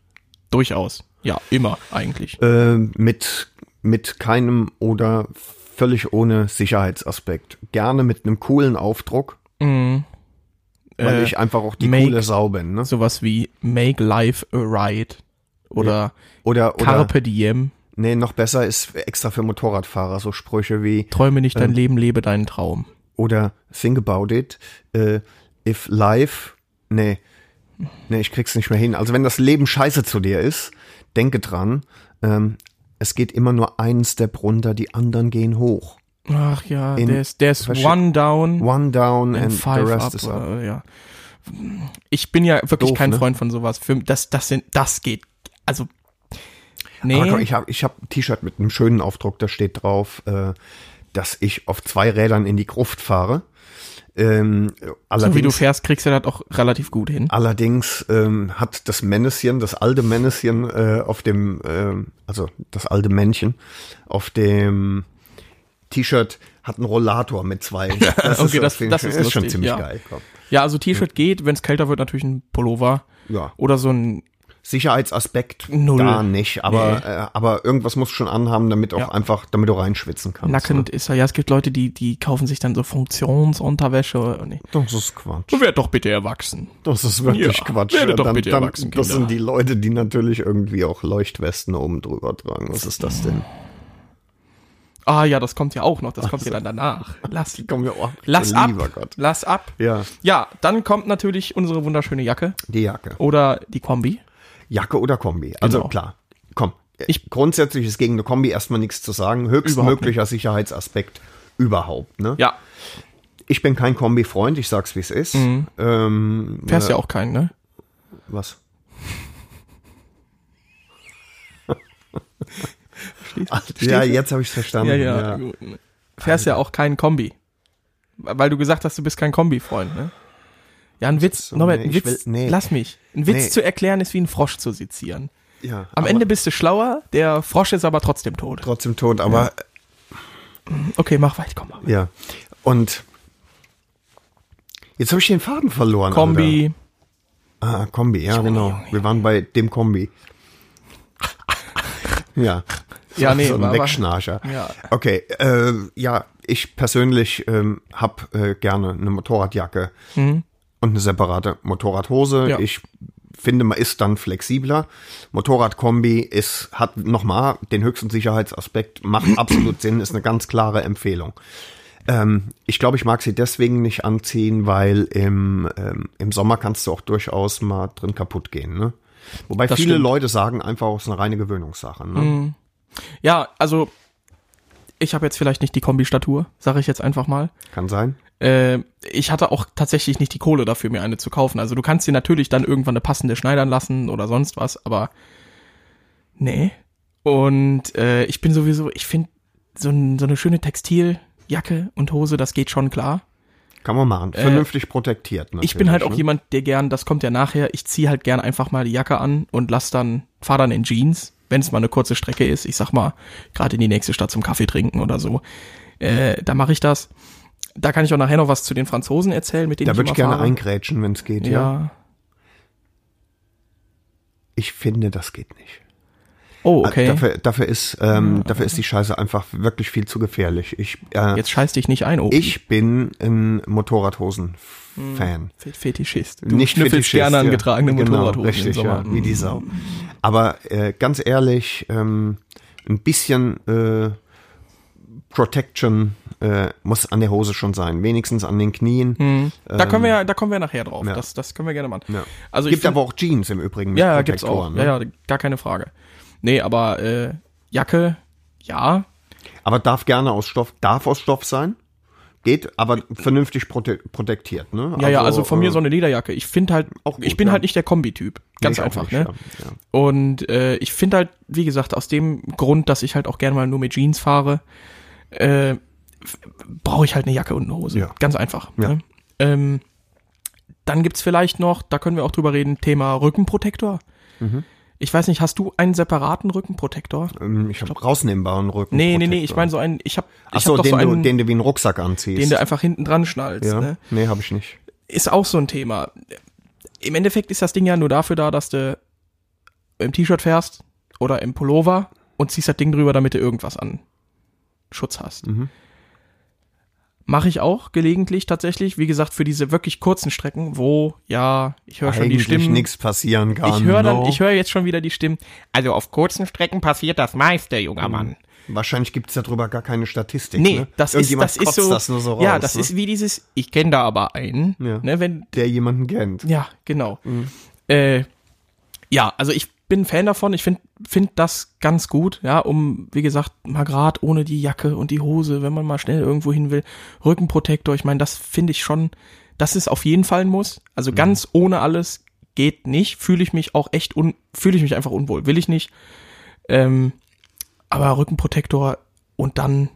B: Durchaus. Ja, immer eigentlich.
A: äh, mit, mit keinem oder völlig ohne Sicherheitsaspekt. Gerne mit einem coolen Aufdruck,
B: Mhm.
A: weil
B: Äh,
A: ich einfach auch die
B: make-
A: coole Sau bin. Ne?
B: Sowas wie Make Life a Ride oder
A: Oder, oder
B: Carpe Diem.
A: nee, noch besser ist extra für Motorradfahrer so Sprüche wie
B: Träume nicht dein Leben, lebe deinen Traum.
A: oder think about it, äh, if life, nee, nee, ich krieg's nicht mehr hin. Also wenn das Leben scheiße zu dir ist, denke dran, ähm, es geht immer nur einen Step runter, die anderen gehen hoch.
B: Ach ja,
A: In-
B: there's, there's
A: verste-
B: one down
A: One down and,
B: and
A: the
B: five
A: rest
B: up.
A: is up.
B: Oder, ja. Ich bin ja wirklich
A: Doof,
B: kein
A: ne?
B: Freund von sowas. Für, das, das, sind, das geht. Also, nee.
A: Aber guck, ich habe ich hab ein T-Shirt mit einem schönen Aufdruck, da steht drauf, äh, dass ich auf zwei Rädern in die Gruft fahre. Ähm,
B: so wie du
A: allerdings Ah.
B: fährst, kriegst du das auch relativ gut hin.
A: allerdings ähm, hat das Männchen, das alte Männchen äh, auf dem, ähm, also das alte Männchen auf dem T-Shirt hat einen Rollator mit zwei. Das
B: okay, das-
A: auf jeden
B: das
A: Fall-
B: ist
A: schon
B: lustig,
A: ziemlich
B: ja.
A: geil. Komm.
B: Ja, also T-Shirt geht, wenn es kälter wird, natürlich ein Pullover.
A: Ja.
B: Oder so ein,
A: Sicherheitsaspekt
B: Oh. Null.
A: da nicht, aber
B: Nee.
A: äh, aber irgendwas musst du schon anhaben, damit auch
B: Ja.
A: einfach, damit du reinschwitzen kannst. ne?
B: nackend ist er. Ja, es gibt Leute, die, die kaufen sich dann so Funktionsunterwäsche. Und ich-
A: Das ist Quatsch.
B: Du werd doch bitte erwachsen.
A: Das ist wirklich
B: Ja,
A: Quatsch.
B: werdet doch bitte erwachsen,
A: das
B: Kinder.
A: sind die Leute, die natürlich irgendwie auch Leuchtwesten oben drüber tragen. Was ist das denn?
B: Ah ja, das kommt ja auch noch. Das kommt ja dann danach. Lass,
A: Komm, ja, oh,
B: lass ab.
A: lieber Gott.
B: Lass ab.
A: Ja,
B: Ja, dann kommt natürlich unsere wunderschöne Jacke
A: die Jacke.
B: oder die Kombi.
A: Jacke oder Kombi. Also
B: Genau.
A: klar, komm.
B: Ich-
A: Ich grundsätzlich ist gegen eine Kombi erstmal nichts zu sagen. Höchstmöglicher Sicherheitsaspekt überhaupt. Ne?
B: Ja,
A: Ich bin kein Kombi-Freund, ich sag's wie es ist. Ähm,
B: Mhm. fährst ja auch keinen, ne?
A: Was? ja, jetzt habe ich verstanden.
B: Ja, ja, gut. ne. Fährst ja auch keinen Kombi. Weil du gesagt hast, du bist kein Kombi-Freund, ne? Ja, ein Witz,
A: so,
B: Norbert,
A: nee,
B: ein
A: ich
B: Witz,
A: will- nee.
B: lass mich. Ein Witz
A: Nee.
B: zu erklären ist wie ein Frosch zu sezieren.
A: Ja,
B: Am
A: aber
B: Ende bist du schlauer, der Frosch ist aber trotzdem tot.
A: Trotzdem tot, aber
B: Okay, mach weiter, komm mal.
A: Ja. Und jetzt habe ich den Faden verloren.
B: Kombi,
A: Alter. Ah, Kombi, ja, genau. Wir waren bei dem Kombi. ja.
B: Ja, nee,
A: so ein
B: war- war-
A: Wegschnarcher.
B: Ja.
A: Okay, äh, ja, ich persönlich ähm, habe äh, gerne eine Motorradjacke und eine separate Motorradhose.
B: Mhm. Ja.
A: Ich finde, man ist dann flexibler. Motorradkombi ist, hat nochmal den höchsten Sicherheitsaspekt, macht absolut Sinn, ist eine ganz klare Empfehlung. Ich glaube, ich mag sie deswegen nicht anziehen, weil im, ähm, im Sommer kannst du auch durchaus mal drin kaputt gehen. Ne? Wobei
B: Das
A: viele
B: stimmt. Mhm.
A: Leute sagen einfach, es ist eine reine Gewöhnungssache. Ne?
B: ja, also ich habe jetzt vielleicht nicht die Kombi-Statur, sage ich jetzt einfach mal.
A: Kann sein.
B: äh, ich hatte auch tatsächlich nicht die Kohle dafür, mir eine zu kaufen. Also du kannst dir natürlich dann irgendwann eine passende schneidern lassen oder sonst was, aber Nee. Und äh, ich bin sowieso, ich finde so, n- so eine schöne Textiljacke und Hose, das geht schon klar.
A: Kann man machen. Vernünftig protektiert.
B: Äh, Ich bin halt auch
A: natürlich, ne?
B: jemand, der gern, das kommt ja nachher, ich ziehe halt gern einfach mal die Jacke an und lass dann, fahr dann in Jeans, wenn es mal eine kurze Strecke ist, ich sag mal, gerade in die nächste Stadt zum Kaffee trinken oder so. Äh, da mache ich das. Da kann ich auch nachher noch was zu den Franzosen erzählen, mit denen
A: ne? Da
B: ich
A: würde ich
B: immer
A: gerne
B: fahre.
A: eingrätschen, wenn es geht. Ja.
B: ja.
A: Ich finde, das geht nicht.
B: Oh,
A: Ah,
B: okay.
A: Dafür, dafür, ist, ähm, dafür ist die Scheiße einfach wirklich viel zu gefährlich. Ich, äh,
B: Jetzt scheiß dich nicht ein, oh.
A: ich bin ein Motorradhosen-Fan.
B: Fe- Fetischist. Du
A: Nicht
B: schnüffelst
A: Fetischist,
B: gerne an
A: ja.
B: getragene
A: Genau,
B: Motorradhosen
A: Richtig,
B: im Sommer. Mhm.
A: Ja, wie die Sau. Aber äh, ganz ehrlich, ähm, ein bisschen äh, Protection äh, muss an der Hose schon sein. Wenigstens an den Knien.
B: Mhm. Da können wir ja, da kommen wir nachher drauf.
A: ähm, ja.
B: Das, das können wir gerne machen.
A: Ja.
B: Also ich
A: Gibt
B: find-
A: aber auch Jeans im Übrigen mit
B: Ja, ja, gibt's auch.
A: Protektoren, ne?
B: Ja, ja, gar keine Frage. Nee, aber äh, Jacke, ja.
A: Aber darf gerne aus Stoff, darf aus Stoff sein. Geht, aber vernünftig prote protektiert, ne?
B: Ja, ja, also von mir so eine Lederjacke. Ich finde halt,
A: Auch gut,
B: ich bin
A: ja.
B: halt nicht der Kombi-Typ. Ganz
A: Nee, ich auch
B: einfach,
A: nicht,
B: ne?
A: Ja, ja.
B: Und äh, ich finde halt, wie gesagt, aus dem Grund, dass ich halt auch gerne mal nur mit Jeans fahre, äh, f- brauche ich halt eine Jacke und eine Hose.
A: Ja.
B: Ganz einfach.
A: Ja.
B: Ne? Ähm, dann gibt's vielleicht noch, da können wir auch drüber reden, Thema Rückenprotektor.
A: Mhm.
B: Ich weiß nicht, hast du einen separaten Rückenprotektor?
A: Ähm, Ich habe rausnehmbaren Rücken.
B: Nee, nee, nee, ich meine so einen, ich habe ich
A: Ach
B: hab
A: so,
B: doch
A: den,
B: so
A: du,
B: einen,
A: den du wie einen Rucksack anziehst.
B: den du einfach hinten dran schnallst.
A: ja.
B: Ne?
A: Nee, habe ich nicht.
B: Ist auch so ein Thema. Im Endeffekt ist das Ding ja nur dafür da, dass du im T-Shirt fährst oder im Pullover und ziehst das Ding drüber, damit du irgendwas an Schutz hast.
A: Mhm.
B: Mache ich auch gelegentlich tatsächlich, wie gesagt, für diese wirklich kurzen Strecken, wo, ja, ich höre schon die Stimmen.
A: nichts passieren kann.
B: Ich höre dann,
A: no.
B: ich höre jetzt schon wieder die Stimmen. Also auf kurzen Strecken passiert das meiste, junger Mann.
A: Wahrscheinlich gibt's darüber gar keine Statistik.
B: Nee,
A: Mhm. ne?
B: das ist,
A: Irgendjemand
B: das ist
A: kotzt
B: so,
A: das nur so raus.
B: ja, das
A: ne?
B: ist wie dieses, ich kenne da aber einen,
A: Ja.
B: ne, wenn,
A: Der jemanden kennt.
B: ja, genau, äh, ja, also ich bin Fan davon, ich finde find das ganz gut, ja, um, wie gesagt, mal grad ohne die Jacke und die Hose, wenn man mal schnell irgendwo hin will, Rückenprotektor, ich meine, das finde ich schon, das ist auf jeden Fall ein Muss, also ganz ohne alles geht nicht, fühle ich mich auch echt un, fühle ich mich einfach unwohl, will ich nicht, ähm, aber Rückenprotektor und dann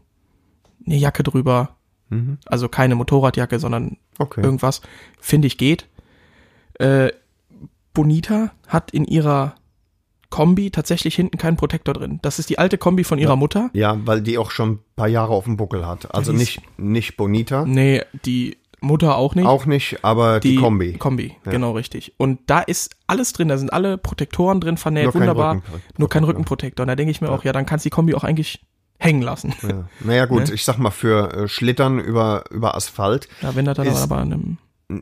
B: eine Jacke drüber,
A: Mhm.
B: also keine Motorradjacke, sondern
A: Okay.
B: irgendwas, finde ich geht. Äh, Bonita hat in ihrer Kombi tatsächlich hinten keinen Protektor drin. Das ist die alte Kombi von ihrer Mutter.
A: ja, weil die auch schon ein paar Jahre auf dem Buckel hat. Also
B: die
A: nicht, nicht Bonita,
B: Nee, die Mutter auch nicht.
A: auch nicht, aber die, Kombi.
B: Kombi, genau richtig. Und da ist alles drin, da sind alle Protektoren drin vernäht,
A: Nur kein
B: wunderbar.
A: Rückenprotektor.
B: Nur kein Rückenprotektor. Und da denke ich mir auch, ja, dann kannst du die Kombi auch eigentlich hängen lassen.
A: Ja. Naja
B: Ne?
A: gut, ich sag mal, für äh, Schlittern über, über Asphalt
B: Ja, wenn er dann
A: Ist-
B: aber an einem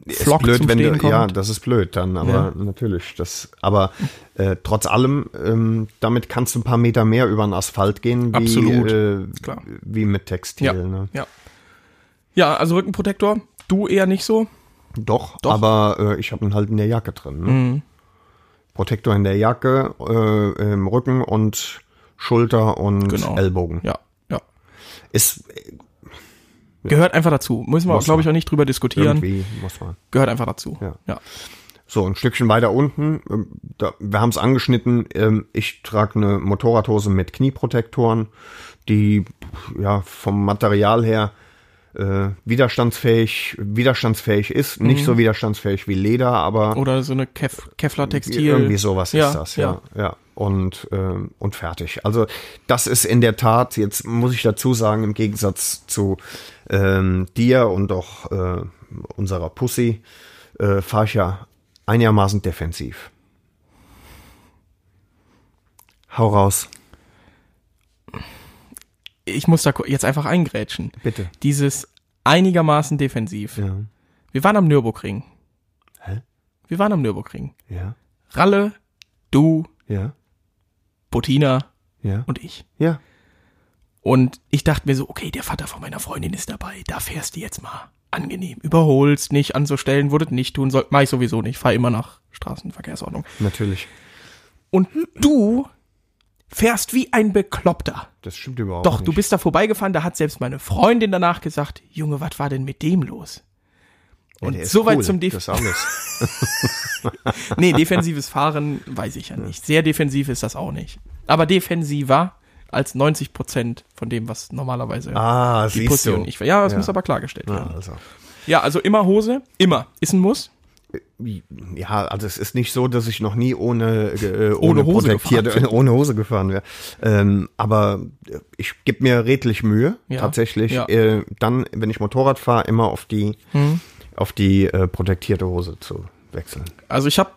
A: ist
B: Flock
A: blöd,
B: zum
A: wenn du,
B: Stehen kommt.
A: ja, das ist blöd dann, aber
B: Ja.
A: natürlich, das, aber äh, trotz allem, ähm, damit kannst du ein paar Meter mehr über den Asphalt gehen, wie,
B: Absolut.
A: Äh,
B: Klar.
A: wie mit Textil.
B: Ja.
A: Ne?
B: Ja. Ja, also Rückenprotektor, du eher nicht so.
A: Doch,
B: Doch. Mhm.
A: aber äh, ich habe ihn halt in der Jacke drin. Ne? Protektor in der Jacke, äh, im Rücken und Schulter und
B: Genau.
A: Ellbogen.
B: Ja, ja.
A: Ist
B: Gehört einfach dazu. Müssen wir,
A: Muss
B: glaube
A: man.
B: ich, auch nicht drüber diskutieren.
A: irgendwie, muss man.
B: Gehört einfach dazu.
A: Ja.
B: ja.
A: So, ein Stückchen weiter unten, ähm, da, wir haben es angeschnitten, ähm, ich trage eine Motorradhose mit Knieprotektoren, die ja vom Material her äh, widerstandsfähig, widerstandsfähig ist,
B: Mhm.
A: nicht so widerstandsfähig wie Leder, aber
B: Oder so eine Kef Kevlar-Textil.
A: irgendwie sowas
B: ja,
A: ist das,
B: ja.
A: ja. ja. Und, ähm, und fertig. Also das ist in der Tat, jetzt muss ich dazu sagen, im Gegensatz zu ähm, dir und auch äh, unserer Pussy, äh, fahre ich ja einigermaßen defensiv. Hau raus,
B: Ich muss da ku- jetzt einfach eingrätschen.
A: bitte.
B: Dieses einigermaßen defensiv.
A: Ja.
B: Wir waren am Nürburgring.
A: Hä?
B: Wir waren am Nürburgring.
A: Ja,
B: Ralle, du,
A: ja,
B: Bottina
A: ja,
B: und ich.
A: ja.
B: Und ich dachte mir so, okay, der Vater von meiner Freundin ist dabei, da fährst du jetzt mal angenehm. Überholst nicht an so Stellen, wo du das nicht tun sollst. Mach ich sowieso nicht, fahr immer nach Straßenverkehrsordnung.
A: Natürlich.
B: Und du fährst wie ein Bekloppter.
A: Das stimmt überhaupt
B: Doch,
A: nicht.
B: du bist da vorbeigefahren, da hat selbst meine Freundin danach gesagt, Junge, was war denn mit dem los? Und
A: der ist
B: soweit
A: cool,
B: zum Def
A: Das alles.
B: Nee, defensives Fahren weiß ich ja nicht. Sehr defensiv ist das auch nicht. Aber defensiver als 90 Prozent von dem, was normalerweise
A: Ah,
B: die
A: siehst
B: Position
A: du.
B: nicht war. Ja, das
A: Ja.
B: muss aber klargestellt
A: Ja,
B: werden.
A: also.
B: Ja, also immer Hose, immer. Ist ein Muss.
A: Ja, also es ist nicht so, dass ich noch nie ohne, äh, ohne,
B: Ohne Hose
A: protektierte-
B: gefahren
A: ohne Hose gefahren wäre. Ähm, aber ich gebe mir redlich Mühe,
B: Ja.
A: tatsächlich.
B: Ja.
A: Äh, dann, wenn ich Motorrad fahre, immer auf die, auf die äh, protektierte Hose zu wechseln.
B: Also ich habe,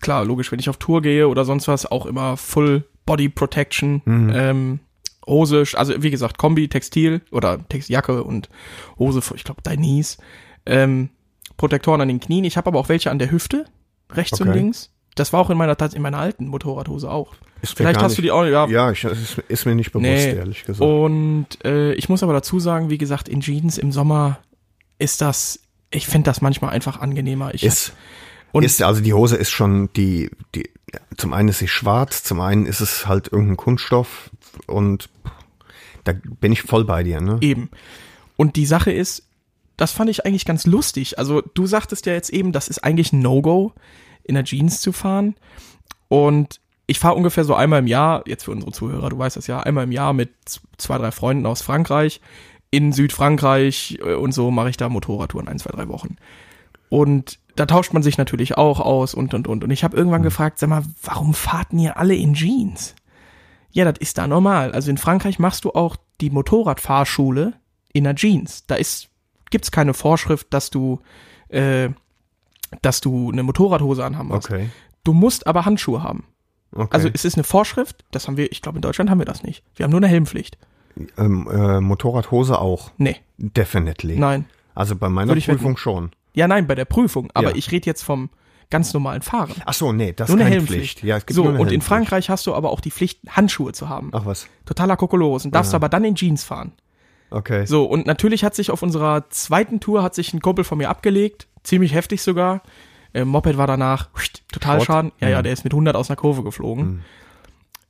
B: klar, logisch, wenn ich auf Tour gehe oder sonst was, auch immer Full Body Protection,
A: Mhm.
B: ähm, Hose, sch- also wie gesagt, Kombi, Textil oder Textjacke und Hose, für, ich glaube, Dainis, ähm, Protektoren an den Knien. Ich habe aber auch welche an der Hüfte, rechts und
A: Okay.
B: links. Das war auch in meiner, in meiner alten Motorradhose auch.
A: Ist mir
B: Vielleicht
A: gar
B: hast du die auch, ja.
A: Ja, ich, es ist, ist mir nicht bewusst,
B: Nee. Oh,
A: ehrlich gesagt.
B: Und äh, ich muss aber dazu sagen, wie gesagt, in Jeans im Sommer ist das, ich finde das manchmal einfach angenehmer. Ich,
A: Ist,
B: und
A: ist, also die Hose ist schon die, die, zum einen ist sie schwarz, zum einen ist es halt irgendein Kunststoff und da bin ich voll bei dir, ne?
B: Eben. Und die Sache ist, das fand ich eigentlich ganz lustig. Also du sagtest ja jetzt eben, das ist eigentlich ein No-Go, in der Jeans zu fahren. Und ich fahre ungefähr so einmal im Jahr, jetzt für unsere Zuhörer, du weißt das ja, einmal im Jahr mit z- zwei, drei Freunden aus Frankreich, in Südfrankreich äh, und so mache ich da Motorradtouren, ein, zwei, drei Wochen. Und da tauscht man sich natürlich auch aus und, und, und. Und ich habe
A: Hm.
B: irgendwann gefragt, sag mal, warum fahrten ihr alle in Jeans? Ja, das ist da normal. Also in Frankreich machst du auch die Motorradfahrschule in der Jeans. Da ist, gibt's keine Vorschrift, dass du, äh, dass du eine Motorradhose anhaben musst.
A: Okay.
B: Du musst aber Handschuhe haben.
A: okay.
B: Also es ist eine Vorschrift, das haben wir, ich glaube in Deutschland haben wir das nicht. Wir haben nur eine Helmpflicht.
A: Ähm, äh, Motorradhose auch.
B: Nee,
A: Definitely.
B: nein.
A: Also bei meiner
B: Würde ich
A: Prüfung schon.
B: Ja, nein, bei der Prüfung. Aber
A: Ja.
B: ich rede jetzt vom ganz normalen Fahren.
A: Ach so, nee, das
B: Nur
A: ist
B: eine
A: keine
B: Helmpflicht.
A: Pflicht. Ja, es gibt
B: so,
A: nur eine
B: und in
A: Helmpflicht.
B: Frankreich hast du aber auch die Pflicht, Handschuhe zu haben.
A: Ach was.
B: Totaler Kokolores. Und darfst aber dann in Jeans fahren.
A: Okay.
B: So, und natürlich hat sich auf unserer zweiten Tour hat sich ein Kumpel von mir abgelegt, ziemlich heftig sogar. Äh, Moped war danach huiht, total
A: Schrott.
B: schaden. Ja, ja,
A: Mhm.
B: der ist mit 100 aus einer Kurve geflogen.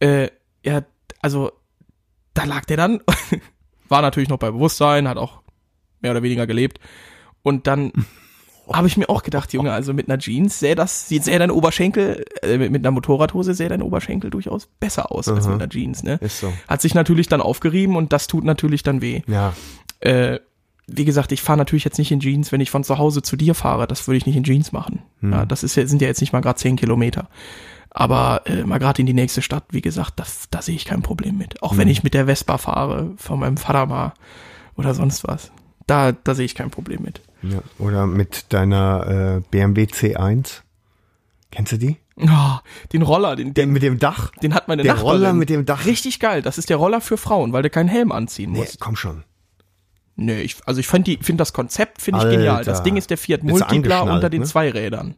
B: Äh, ja, also da lag der dann, war natürlich noch bei Bewusstsein, hat auch mehr oder weniger gelebt. Und dann habe ich mir auch gedacht, Junge, also mit einer Jeans sähe das, sieht sähe dein Oberschenkel, äh, mit, mit einer Motorradhose sähe dein Oberschenkel durchaus besser aus als
A: Aha.
B: mit einer Jeans, ne?
A: Ist so.
B: Hat sich natürlich dann aufgerieben und das tut natürlich dann weh
A: Ja,
B: äh, wie gesagt, ich fahre natürlich jetzt nicht in Jeans, wenn ich von zu Hause zu dir fahre. Das würde ich nicht in Jeans machen.
A: Hm.
B: Ja, das ist, ja- sind ja jetzt nicht mal gerade 10 Kilometer. Aber äh, mal gerade in die nächste Stadt, wie gesagt, das, da sehe ich kein Problem mit. Auch
A: Hm.
B: wenn ich mit der Vespa fahre, von meinem Vater mal oder sonst was. Da, da sehe ich kein Problem mit.
A: ja. Oder mit deiner äh, BMW C1. Kennst du die?
B: Ah, den Roller, den,
A: Der mit dem Dach.
B: den hat meine
A: Der
B: Nachbarin.
A: Roller mit dem Dach.
B: Richtig geil. Das ist der Roller für Frauen, weil du keinen Helm anziehen
A: Nee,
B: musst.
A: komm schon.
B: Nee, ich, also ich finde find das Konzept finde ich
A: Alter.
B: genial. Das Ding ist der Fiat
A: Bist du
B: Multipla
A: angeschnallt,
B: unter den
A: ne?
B: Zweirädern.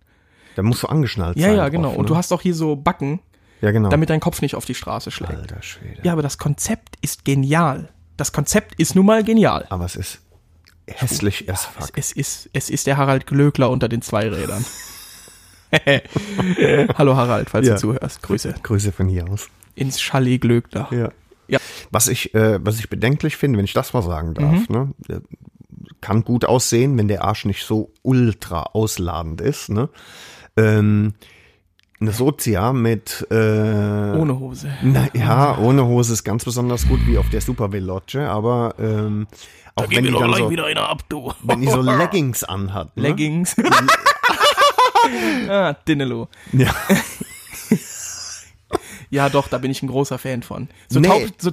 A: Da musst du angeschnallt
B: Ja,
A: sein.
B: ja, genau.
A: Drauf,
B: Und du
A: ne?
B: hast auch hier so Backen,
A: Ja, genau.
B: damit dein Kopf nicht auf die Straße schlägt.
A: Alter Schwede.
B: Ja, aber das Konzept ist genial. Das Konzept ist nun mal genial.
A: Aber es ist hässlich as
B: Es,
A: fuck.
B: es, ist, es ist der Harald Glöckler unter den Zweirädern. Hallo Harald, falls
A: Ja.
B: du zuhörst. Grüße.
A: Grüße von hier aus.
B: Ins Chalet Glöckler.
A: Ja.
B: Ja.
A: Was ich, äh, was ich bedenklich finde, wenn ich das mal sagen
B: Mhm.
A: darf, ne? äh, kann gut aussehen, wenn der Arsch nicht so ultra ausladend ist. Ne? Ähm, eine Sozia mit äh,
B: Ohne Hose.
A: na, ja, ohne Hose ist ganz besonders gut wie auf der Super Veloce, aber ähm, auch wenn die, dann so,
B: wieder einer ab, du.
A: wenn die so Leggings anhat. Ne?
B: Leggings. ah, Dinnelo.
A: Ja.
B: Ja, doch, da bin ich ein großer Fan von. So,
A: nee,
B: taub, so
A: hör doch mal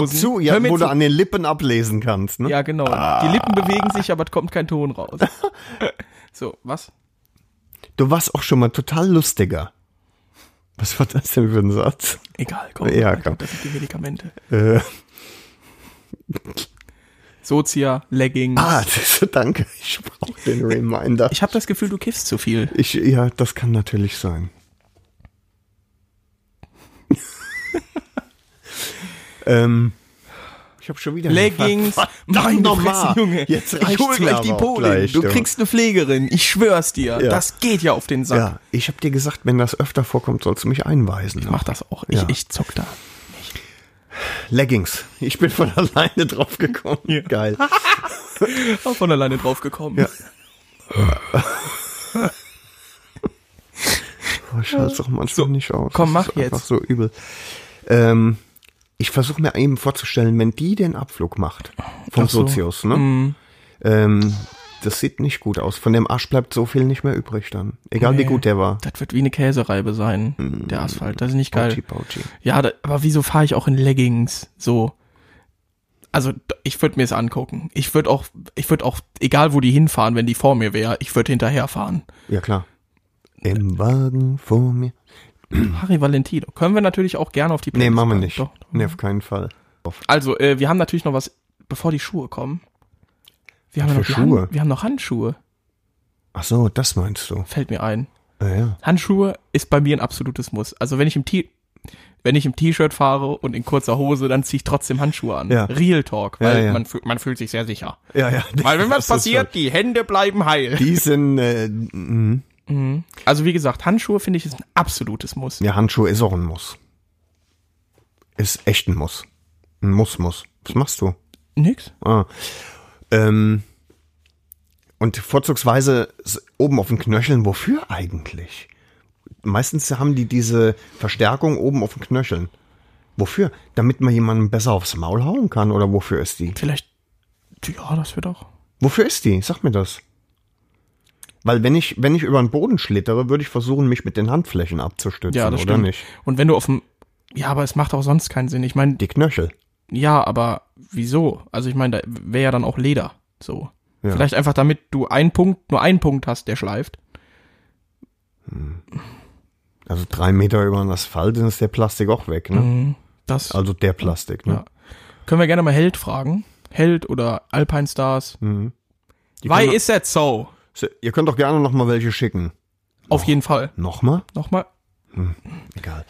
B: Taubsturmhosen.
A: zu, ja,
B: Hör mir
A: wo
B: zu.
A: du an den Lippen ablesen kannst. Ne?
B: Ja, genau. Die Lippen bewegen sich, aber es kommt kein Ton raus. so, was?
A: Du warst auch schon mal total lustiger. Was war das denn für ein Satz?
B: Egal, komm.
A: Ja,
B: Alter,
A: komm.
B: Das sind die Medikamente.
A: Äh,
B: Sozia, Leggings.
A: ah, das, danke. Ich brauche den Reminder.
B: Ich habe das Gefühl, du kiffst zu viel.
A: Ich, ja, das kann natürlich sein. ähm, ich habe schon wieder
B: Leggings.
A: Nein,
B: Fresse,
A: nochmal.
B: Junge.
A: Jetzt
B: ich hol
A: reicht's mir
B: gleich die
A: aber auch
B: Polin.
A: gleich,
B: du
A: Junge.
B: kriegst eine Pflegerin. Ich schwör's dir.
A: Ja.
B: Das geht ja auf den Sack.
A: Ja, ich habe dir gesagt, wenn das öfter vorkommt, sollst du mich einweisen.
B: Mach das auch. Ich,
A: Ja.
B: ich zock da.
A: Leggings. Ich bin von alleine drauf gekommen. Geil.
B: Auch von alleine draufgekommen.
A: Ja. Oh, ich halte es doch manchmal nicht aus.
B: komm,
A: Das ist
B: mach jetzt.
A: Einfach so übel. Ähm, ich versuche mir eben vorzustellen, wenn die den Abflug macht vom
B: Ach so. Mhm.
A: Sozius, ne? Ähm, das sieht nicht gut aus. Von dem Arsch bleibt so viel nicht mehr übrig dann. Egal wie
B: Nee.
A: gut der war.
B: Das wird wie eine Käsereibe sein,
A: Hm.
B: der Asphalt. Das ist nicht geil.
A: Bauchi, Bauchi.
B: Ja, da, aber wieso fahre ich auch in Leggings? So. Also, d- ich würde mir es angucken. Ich würde auch, ich würde auch, egal wo die hinfahren, wenn die vor mir wäre, ich würde hinterherfahren.
A: Ja klar. Im Wagen vor mir.
B: Harry Valentino. Können wir natürlich auch gerne auf die
A: Mhm. Nee,
B: Playlist
A: machen wir
B: packen.
A: nicht.
B: Doch.
A: Nee, auf keinen Fall. Auf.
B: Also, äh, wir haben natürlich noch was, bevor die Schuhe kommen. Wir haben,
A: Was
B: ja noch
A: für
B: die Hand-
A: Schuhe?
B: wir haben noch Handschuhe,
A: Ach so, das meinst du.
B: fällt mir ein.
A: Ja, ja.
B: Handschuhe ist bei mir ein absolutes Muss. Also wenn ich im T wenn ich im T-Shirt fahre und in kurzer Hose, dann ziehe ich trotzdem Handschuhe an.
A: Ja.
B: Real Talk, weil
A: Ja, ja.
B: Man, fühl- man fühlt sich sehr sicher.
A: ja, ja.
B: Weil wenn
A: Das
B: was
A: ist
B: passiert, die Hände bleiben heil.
A: schon- Die sind, äh, mh.
B: Also wie gesagt, Handschuhe finde ich ist ein absolutes Muss.
A: ja, Handschuhe ist auch ein Muss. Ist echt ein Muss. Ein Muss, Muss. Was machst du?
B: Nix?
A: Ah. Ähm, und vorzugsweise s- oben auf den Knöcheln, wofür eigentlich? Meistens haben die diese Verstärkung oben auf den Knöcheln. Wofür? Damit man jemanden besser aufs Maul hauen kann oder wofür ist die?
B: Vielleicht, ja, das wird auch.
A: Wofür ist die? Sag mir das. Weil wenn ich, wenn ich über den Boden schlittere, würde ich versuchen, mich mit den Handflächen abzustützen,
B: Ja, das
A: Also, oder
B: stimmt.
A: nicht?
B: Und wenn du auf dem, ja, aber es macht auch sonst keinen Sinn. Ich meine,
A: Die Knöchel.
B: ja, aber wieso? Also ich meine, da wäre ja dann auch Leder. So.
A: Ja.
B: Vielleicht einfach damit du einen Punkt, nur einen Punkt hast, der schleift.
A: Also drei Meter über den Asphalt, dann ist der Plastik auch weg, ne?
B: Das
A: Also der Plastik, ne?
B: Mhm. Ja. Können wir gerne mal Held fragen. Held oder Alpine Stars.
A: Die
B: Why
A: können-
B: is that so?
A: So, Ihr könnt doch gerne noch mal welche schicken.
B: Auf jeden Fall.
A: Nochmal?
B: Nochmal.
A: Egal.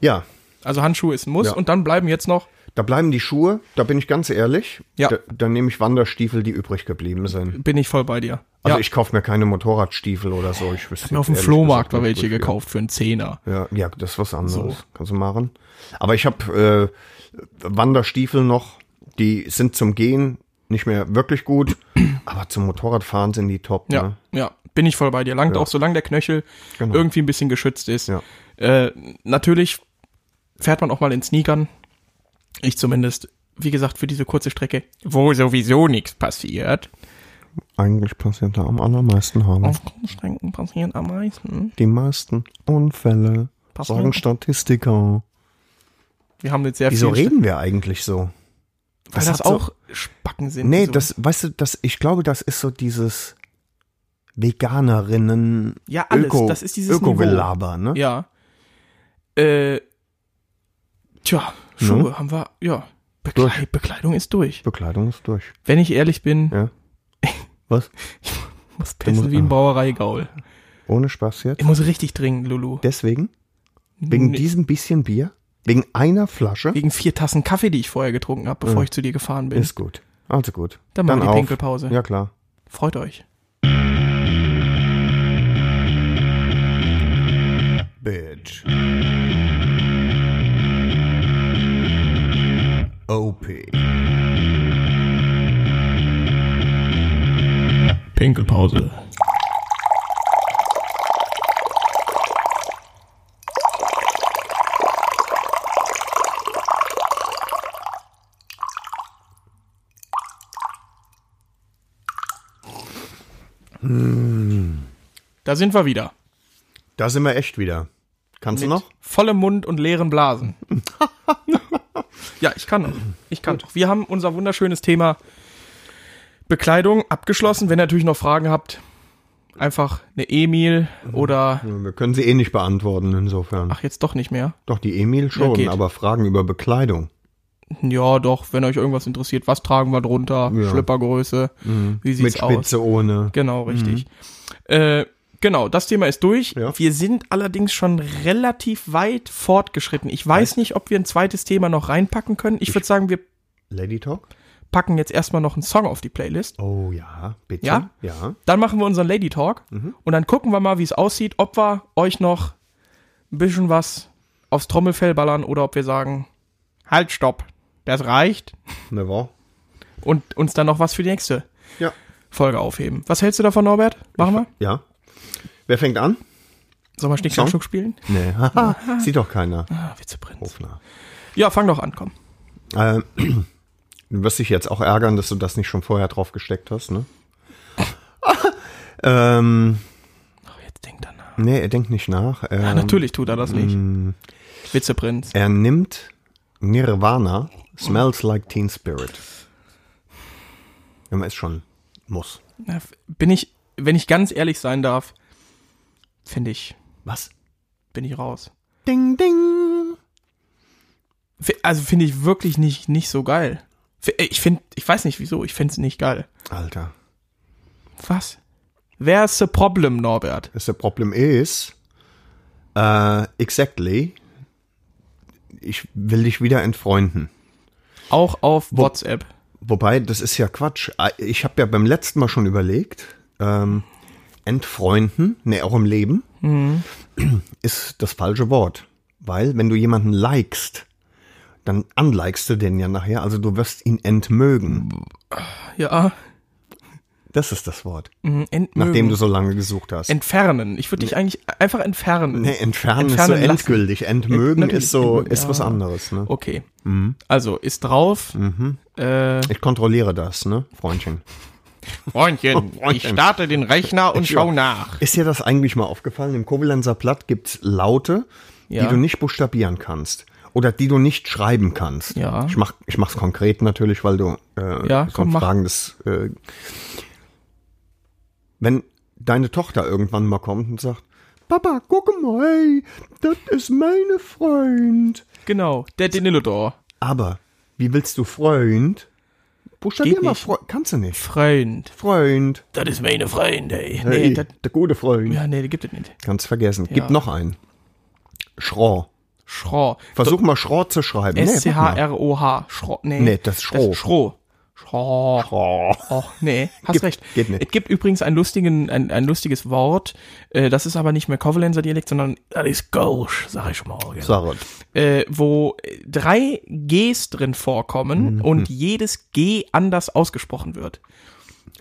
A: Ja,
B: Also Handschuhe ist ein Muss
A: Ja.
B: und dann bleiben jetzt noch.
A: da bleiben die Schuhe, da bin ich ganz ehrlich.
B: Ja.
A: Da, dann nehme ich Wanderstiefel, die übrig geblieben sind.
B: Bin ich voll bei dir.
A: Also
B: ja.
A: ich kaufe mir keine Motorradstiefel oder so. Ich wüsste
B: mir auf dem
A: jetzt ehrlich
B: Flohmarkt
A: gesagt
B: war
A: nicht,
B: welche
A: wofür.
B: gekauft für einen Zehner.
A: Ja, ja, das ist was anderes.
B: So.
A: Kannst du machen. Aber ich habe äh, Wanderstiefel noch, die sind zum Gehen nicht mehr wirklich gut, aber zum Motorradfahren sind die top.
B: Ja,
A: Ne?
B: ja, bin ich voll bei dir. Langt auch, solange der Knöchel
A: Genau.
B: irgendwie ein bisschen geschützt ist.
A: Ja.
B: Äh, natürlich fährt man auch mal in Sneakern. Ich zumindest. Wie gesagt, für diese kurze Strecke, wo sowieso nichts passiert.
A: Eigentlich passiert da am allermeisten haben.
B: Auf Grundstrecken passieren am meisten.
A: Die meisten Unfälle,
B: Passen
A: sagen
B: wir-
A: Statistiker.
B: Wir haben jetzt sehr
A: Wieso
B: viel.
A: reden wir eigentlich so?
B: Weil das,
A: hat so-
B: auch Spacken sind.
A: Nee,
B: die so-
A: das, weißt du, das, ich glaube, das ist so dieses Veganerinnen,
B: Ja, alles.
A: Öko,
B: das ist dieses Niveau.
A: Öko-Gelaber, ne?
B: Ja. Äh, tja, Schuhe
A: Mhm.
B: haben wir, ja. Bekleid, Bekleidung ist durch.
A: Bekleidung ist durch.
B: Wenn ich ehrlich bin,
A: Ja. Was?
B: muss
A: musst-
B: pissen wie ein
A: ah.
B: Brauereigaul.
A: Ohne Spaß jetzt?
B: Ich muss richtig dringend, Lulu.
A: Deswegen? Wegen
B: Nee,
A: diesem bisschen Bier? Wegen einer Flasche?
B: Wegen vier Tassen Kaffee, die ich vorher getrunken habe, bevor ich zu dir gefahren bin.
A: Ist gut. Also gut.
B: Dann machen wir die Pinkelpause.
A: Ja, klar.
B: Freut euch.
A: Bitch. OP.
B: Pinkelpause. Hm. Da sind wir wieder.
A: Da sind wir echt wieder. Kannst du noch?
B: vollem Mund und leeren Blasen. ja, ich kann noch. Ich kann noch. Wir haben unser wunderschönes Thema Bekleidung abgeschlossen. Wenn ihr natürlich noch Fragen habt, einfach eine E-Mail oder
A: Wir können sie eh nicht beantworten, insofern.
B: ach jetzt doch nicht mehr.
A: Doch, die Emil schon,
B: geht.
A: aber Fragen über Bekleidung.
B: Ja, doch, wenn euch irgendwas interessiert, was tragen wir drunter?
A: Ja. Mhm.
B: Schlüppergröße, wie
A: Mit
B: sieht's aus?
A: Spitze ohne.
B: Genau, richtig. Äh, genau, das Thema ist durch.
A: Ja.
B: Wir sind allerdings schon relativ weit fortgeschritten. Ich weiß nicht, ob wir ein zweites Thema noch reinpacken können. Ich würde sagen, wir
A: Lady Talk?
B: packen jetzt erstmal noch einen Song auf die Playlist.
A: Oh ja, bitte.
B: Ja?
A: Ja.
B: Dann machen wir unseren Lady Talk
A: Mhm.
B: und dann gucken wir mal, wie es aussieht, ob wir euch noch ein bisschen was aufs Trommelfell ballern oder ob wir sagen, halt, stopp, das reicht
A: Ne, war?
B: und uns dann noch was für die nächste
A: Ja.
B: Folge aufheben. Was hältst du davon, Norbert? Machen wir?
A: Ja. Wer fängt an?
B: Sollen wir Schnick, Schnack,
A: Song?
B: Schnuck spielen?
A: Nee, haha, sieht doch keiner.
B: Ah, Witzeprinz.
A: Hofner.
B: Ja, fang doch an, komm.
A: Ähm, du wirst dich jetzt auch ärgern, dass du das nicht schon vorher drauf gesteckt hast, ne? ähm,
B: Oh, jetzt denk danach.
A: nee, er denkt nicht nach. Ähm, mm.
B: Ja, natürlich tut er das nicht. Witzeprinz.
A: Er nimmt Nirvana, Smells Like Teen Spirit. Ja, man ist schon muss.
B: Na, f- Bin ich, wenn ich ganz ehrlich sein darf, finde ich,
A: Was?
B: bin ich raus.
A: Ding, ding.
B: F- Also finde ich wirklich nicht, nicht so geil. F- Ich finde, ich weiß nicht wieso, ich finde es nicht geil.
A: Alter,
B: Was? Wer ist the problem, Norbert?
A: das Problem ist, äh, exactly, ich will dich wieder entfreunden.
B: Auch auf WhatsApp.
A: Wobei, das ist ja Quatsch. Ah, Ich habe ja beim letzten Mal schon überlegt, ähm, entfreunden, ne, auch im Leben,
B: Mhm.
A: ist das falsche Wort. Weil, wenn du jemanden likest, dann unlikest du den ja nachher, also du wirst ihn entmögen.
B: Ja.
A: Das ist das Wort,
B: Mhm, entmögen.
A: nachdem du so lange gesucht hast.
B: entfernen. Ich würde dich eigentlich einfach entfernen.
A: ne, entfernen,
B: Entfernen
A: ist so
B: lassen.
A: endgültig, entmögen
B: Natürlich,
A: ist so,
B: entmögen,
A: ist was
B: ja.
A: anderes, ne?
B: Okay. Also ist drauf.
A: Mhm.
B: Äh,
A: Ich kontrolliere das, ne, Freundchen.
B: Freundchen, ich
A: Freundchen.
B: starte den Rechner und schau nach.
A: Ist dir das eigentlich mal aufgefallen? Im Koblenzer Platt gibt's Laute,
B: Ja.
A: die du nicht buchstabieren kannst. Oder die du nicht schreiben kannst.
B: Ja.
A: Ich, mach, ich mach's konkret natürlich, weil du äh,
B: Ja, komm,
A: komm,
B: mach.
A: Fragen des. Äh, wenn deine Tochter irgendwann mal kommt und sagt, Papa, guck mal, das ist meine Freund.
B: Genau, der Denilodor.
A: Aber wie willst du Freund? Buchstabier
B: Geht
A: mal
B: nicht.
A: Freund. Kannst du nicht.
B: Freund.
A: Freund.
B: Das ist meine Freund, ey.
A: Hey,
B: Nee, das,
A: der gute Freund.
B: ja, nee, das gibt es nicht.
A: Ganz vergessen. Gib noch einen. Schroh.
B: Schro.
A: Versuch mal Schroh zu schreiben. Nee, warte mal.
B: S-C-H-R-O-H. Schro. Nee,
A: Nee, das ist Schro.
B: Schro. Schro.
A: Schroh.
B: Oh, nee, hast
A: Gibt-
B: recht.
A: geht nicht.
B: Es gibt übrigens ein, lustigen, ein, ein lustiges Wort, äh, das ist aber nicht mehr Kovalenzer Dialekt, sondern das ist Gausch, sag ich mal. gell.
A: Sarot.
B: Äh, wo äh, drei Gs drin
A: Mhm.
B: vorkommen und jedes G anders ausgesprochen wird.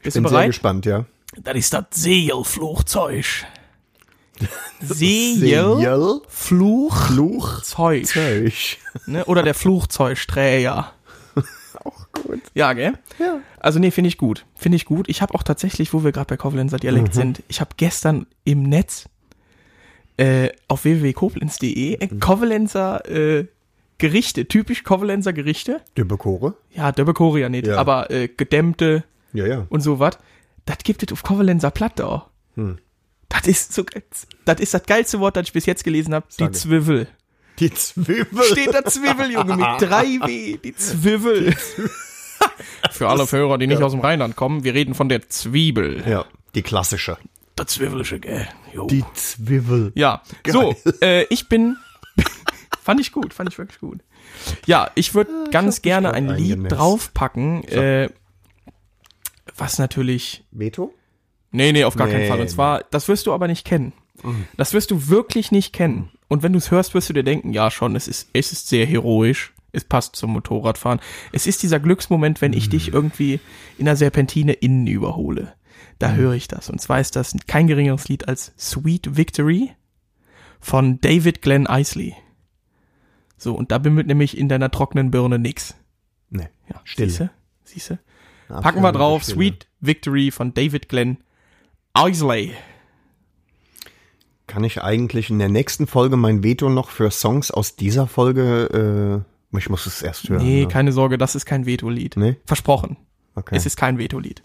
B: Bist
A: Bin
B: du
A: sehr
B: bereit?
A: gespannt, ja.
B: Das ist das Seelfluchzeug. Seelfluchzeug.
A: Seel. Fluch. Zeug.
B: Ne? Oder der Fluchzeugträger.
A: Auch gut.
B: Ja, gell?
A: Ja.
B: Also nee, finde ich gut. Finde ich gut. Ich habe auch tatsächlich, wo wir gerade bei Koblenzer
A: Mhm.
B: Dialekt sind, ich habe gestern im Netz äh, auf www.koblenz.de
A: Mhm.
B: äh, Koblenzer äh, Gerichte, typisch Koblenzer Gerichte.
A: Dübbekore?
B: Ja, Döbekoria nicht,
A: Ja.
B: aber äh, gedämmte
A: Ja, ja.
B: und sowas. Das gibt es auf Koblenzer Platte auch.
A: Hm.
B: Das ist so geil. Das ist das geilste Wort, das ich bis jetzt gelesen habe. Die
A: ich.
B: Zwiebel.
A: Die Zwiebel.
B: Steht da Zwiebel, Junge, mit 3W. Die Zwiebel. Für alle Hörer, die nicht aus dem Rheinland kommen, wir reden von der Zwiebel.
A: Ja. Die klassische.
B: Der Zwiebelische, gell? Jo.
A: Die Zwiebel.
B: ja, so, äh, ich bin. fand ich gut, fand ich wirklich gut. Ja, Ah, ich würde ganz gerne
A: grad
B: ein Lied
A: eingenässt.
B: draufpacken, äh, was natürlich.
A: Veto?
B: Nee, nee, auf gar keinen
A: Nee,
B: Fall. Und zwar, das wirst du aber nicht kennen. Das wirst du wirklich nicht kennen. Und wenn du es hörst, wirst du dir denken, ja schon, es ist, es ist sehr heroisch. Es passt zum Motorradfahren. Es ist dieser Glücksmoment, wenn ich dich irgendwie in einer Serpentine innen überhole. Da höre ich das. Und zwar ist das kein geringeres Lied als Sweet Victory von David Glenn Isley. So, und da bimmelt nämlich in deiner trockenen Birne nix.
A: Nee.
B: Ja,
A: Stille.
B: Siehste? Siehste? Packen wir drauf. Sweet Victory von David Glenn Isley.
A: Kann ich eigentlich in der nächsten Folge mein Veto noch für Songs aus dieser Folge, äh, ich muss es erst hören.
B: Nee,
A: ne?
B: keine Sorge, das ist kein Veto-Lied.
A: Nee?
B: Versprochen.
A: Okay.
B: Es ist kein Veto-Lied.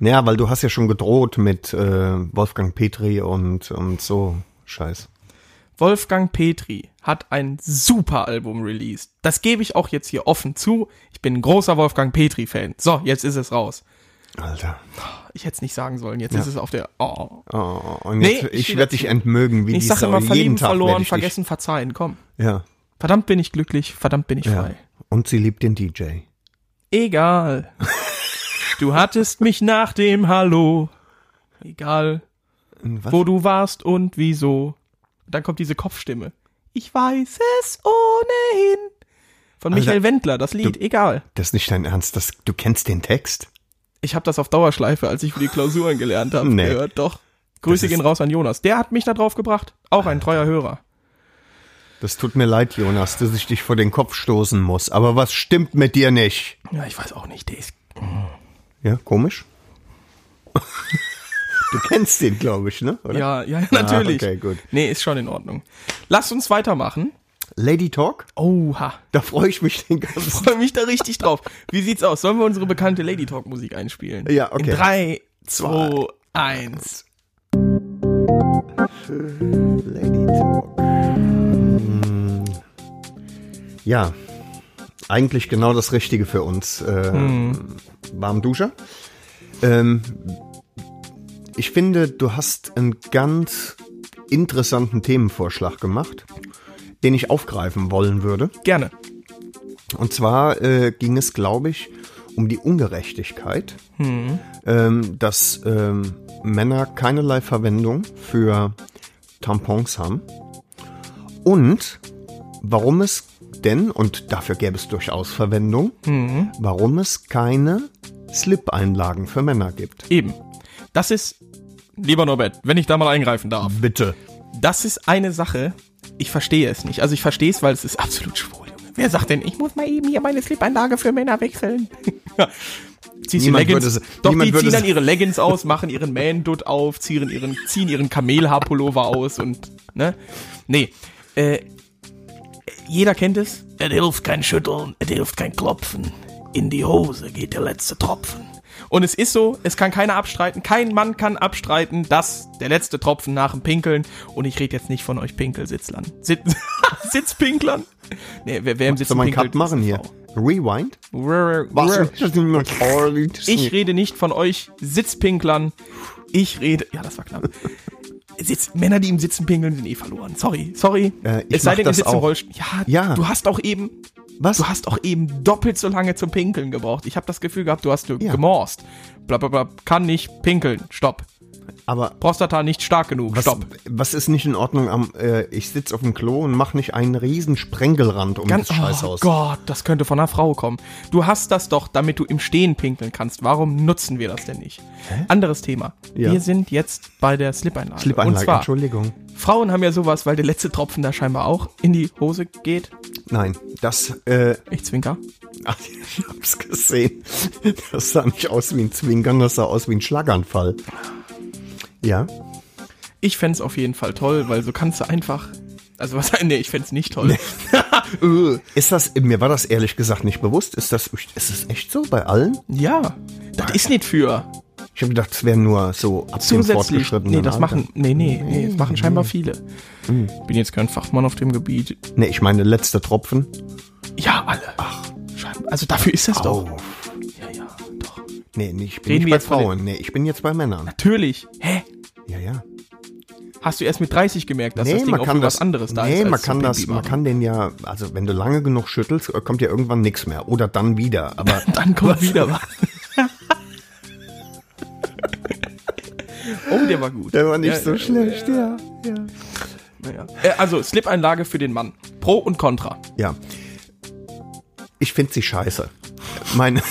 A: Naja, weil du hast ja schon gedroht mit äh, Wolfgang Petri und, und so Scheiß.
B: Wolfgang Petri hat ein super Album released. Das gebe ich auch jetzt hier offen zu. Ich bin ein großer Wolfgang Petri-Fan. So, jetzt ist es raus.
A: Alter.
B: Ich hätte es nicht sagen sollen. Jetzt ist es auf der. Oh.
A: Oh, und
B: Nee,
A: jetzt,
B: ich
A: ich
B: stehe
A: werde dich entmögen, wie
B: Ich
A: die
B: sage
A: Sau.
B: immer, verlieben,
A: Jeden Tag werd
B: verloren,
A: ich
B: vergessen, verzeihen. Komm.
A: Dich, ja,
B: Verdammt bin ich glücklich, verdammt bin ich
A: ja.
B: frei.
A: Und sie liebt den DJ.
B: Egal. du hattest mich nach dem Hallo. Egal.
A: Und Was?
B: wo du warst und wieso. Und dann kommt diese Kopfstimme. Ich weiß es ohnehin. Von
A: Alter,
B: Michael Wendler, das Lied, egal.
A: Das ist nicht dein Ernst. Das, du kennst den Text?
B: Ich habe das auf Dauerschleife, als ich für die Klausuren gelernt habe,
A: Nee.
B: gehört. Doch. Grüße
A: ist-
B: gehen raus an Jonas. Der hat mich da drauf gebracht. Auch ein treuer Hörer.
A: Das tut mir leid, Jonas, dass ich dich vor den Kopf stoßen muss. Aber was stimmt mit dir nicht?
B: Ja, ich weiß auch nicht. Der ist
A: Ja, komisch. du kennst den, glaube ich, ne? Oder?
B: ja, ja, natürlich.
A: okay, gut.
B: Nee, ist schon in Ordnung. Lasst uns weitermachen.
A: Lady Talk?
B: Oha.
A: Da freue ich mich den ganzen
B: freue mich da richtig drauf. Wie sieht's aus? Sollen wir unsere bekannte Lady Talk Musik einspielen?
A: Ja, okay.
B: In drei, zwei, eins.
A: Lady Talk. Hm. Ja, eigentlich genau das Richtige für uns. Äh, Warm Duscher. Ähm, ich finde, du hast einen ganz interessanten Themenvorschlag gemacht, den ich aufgreifen wollen würde.
B: Gerne.
A: Und zwar äh, ging es, glaube ich, um die Ungerechtigkeit,
B: Hm.
A: ähm, dass ähm, Männer keinerlei Verwendung für Tampons haben. Und warum es denn, und dafür gäbe es durchaus Verwendung,
B: Hm.
A: warum es keine Slip-Einlagen für Männer gibt.
B: Eben. Das ist, lieber Norbert, wenn ich da mal eingreifen darf.
A: Bitte.
B: Das ist eine Sache, ich verstehe es nicht. Also ich verstehe es, weil es ist absolut schwul, Junge. Wer sagt denn, ich muss mal eben hier meine Slip-Einlage für Männer wechseln? Ziehst die
A: Niemand
B: Leggings,
A: würde es-
B: doch,
A: niemand
B: die
A: würde
B: ziehen
A: es-
B: dann ihre Leggings aus, machen ihren Man-Dutt auf, ziehen ihren, ziehen ihren Kamelhaarpullover aus und, ne? Nee. Äh, jeder kennt es. Es hilft kein Schütteln, es hilft kein Klopfen. In die Hose geht der letzte Tropfen. Und es ist so, es kann keiner abstreiten, kein Mann kann abstreiten, dass der letzte Tropfen nach dem Pinkeln, und ich rede jetzt nicht von euch Pinkelsitzlern, Sit Sitzpinklern. Nee, wer, wer im Sitzen
A: Soll man einen
B: pinkelt,
A: Cut machen
B: ist
A: hier?
B: eine Frau.
A: Rewind?
B: Rrr, rrr. Ich rede nicht von euch Sitzpinklern. Ich rede. Ja, das war knapp. Sitz, Männer, die im Sitzen pinkeln, sind eh verloren. Sorry, sorry.
A: Äh, ich
B: es sei
A: mach
B: denn, ihr
A: das
B: sitzt im
A: auch.
B: Rollstuhl. Ja,
A: Ja.
B: du hast auch eben,
A: Was?
B: du hast auch eben doppelt so lange zum Pinkeln gebraucht. Ich habe das Gefühl gehabt, du hast ja. gemorst. Bla, bla, bla, kann nicht pinkeln. Stopp.
A: Aber
B: Prostata nicht stark genug.
A: Was,
B: Stopp.
A: was ist nicht in Ordnung am, äh, ich sitz auf dem Klo und mach nicht einen riesen Sprengelrand um
B: Ganz,
A: das
B: oh
A: Scheißhaus.
B: Gott, das könnte von einer Frau kommen. Du hast das doch, damit du im Stehen pinkeln kannst. Warum nutzen wir das denn nicht? Anderes Thema.
A: Ja.
B: Wir sind jetzt bei der Slip-Einlage.
A: Slip-Einlage,
B: Und zwar,
A: Entschuldigung.
B: Frauen haben ja sowas, weil der letzte Tropfen da scheinbar auch in die Hose geht.
A: Nein, das, äh,
B: Ich zwinker.
A: ach, ich hab's gesehen. Das sah nicht aus wie ein Zwinkern, das sah aus wie ein Schlaganfall. Ja,
B: Ich fänd's auf jeden Fall toll, weil so kannst du einfach. Also was nee, ich fänd's nicht toll.
A: ist das, mir war das ehrlich gesagt nicht bewusst. Ist das, ist das echt so bei allen?
B: ja. Das ist nicht für
A: Ich habe gedacht, es wären nur so ab dem
B: zusätzlich.
A: fortgeschrittenen
B: Nee, das
A: Alter. Mm.
B: machen. Nee, nee, nee, das machen scheinbar viele. Bin jetzt kein Fachmann auf dem Gebiet.
A: Nee, ich meine, letzter Tropfen.
B: Ja, alle. Ach, scheinbar. Also dafür ist das doch.
A: Oh.
B: Ja, ja, doch.
A: Nee, nee, ich bin
B: Reden wir
A: nicht bei
B: jetzt von den-
A: Frauen. Nee, ich bin jetzt bei Männern.
B: Natürlich. Hä?
A: Ja, ja.
B: Hast du erst mit 30 gemerkt, dass
A: nee,
B: das Ding
A: man
B: auch
A: kann
B: für
A: das,
B: was anderes da ist?
A: Nee,
B: als
A: man
B: zum
A: kann das,
B: Pipi
A: man
B: machen?
A: kann den ja, also wenn du lange genug schüttelst, äh, kommt ja irgendwann nichts mehr. Oder dann wieder. Aber
B: Dann kommt wieder was. oh, der war gut.
A: der war nicht
B: Ja,
A: so
B: ja,
A: schlecht, ja.
B: Naja. Äh, Also, Slip-Einlage für den Mann. Pro und Contra.
A: Ja. Ich finde sie scheiße. Meine,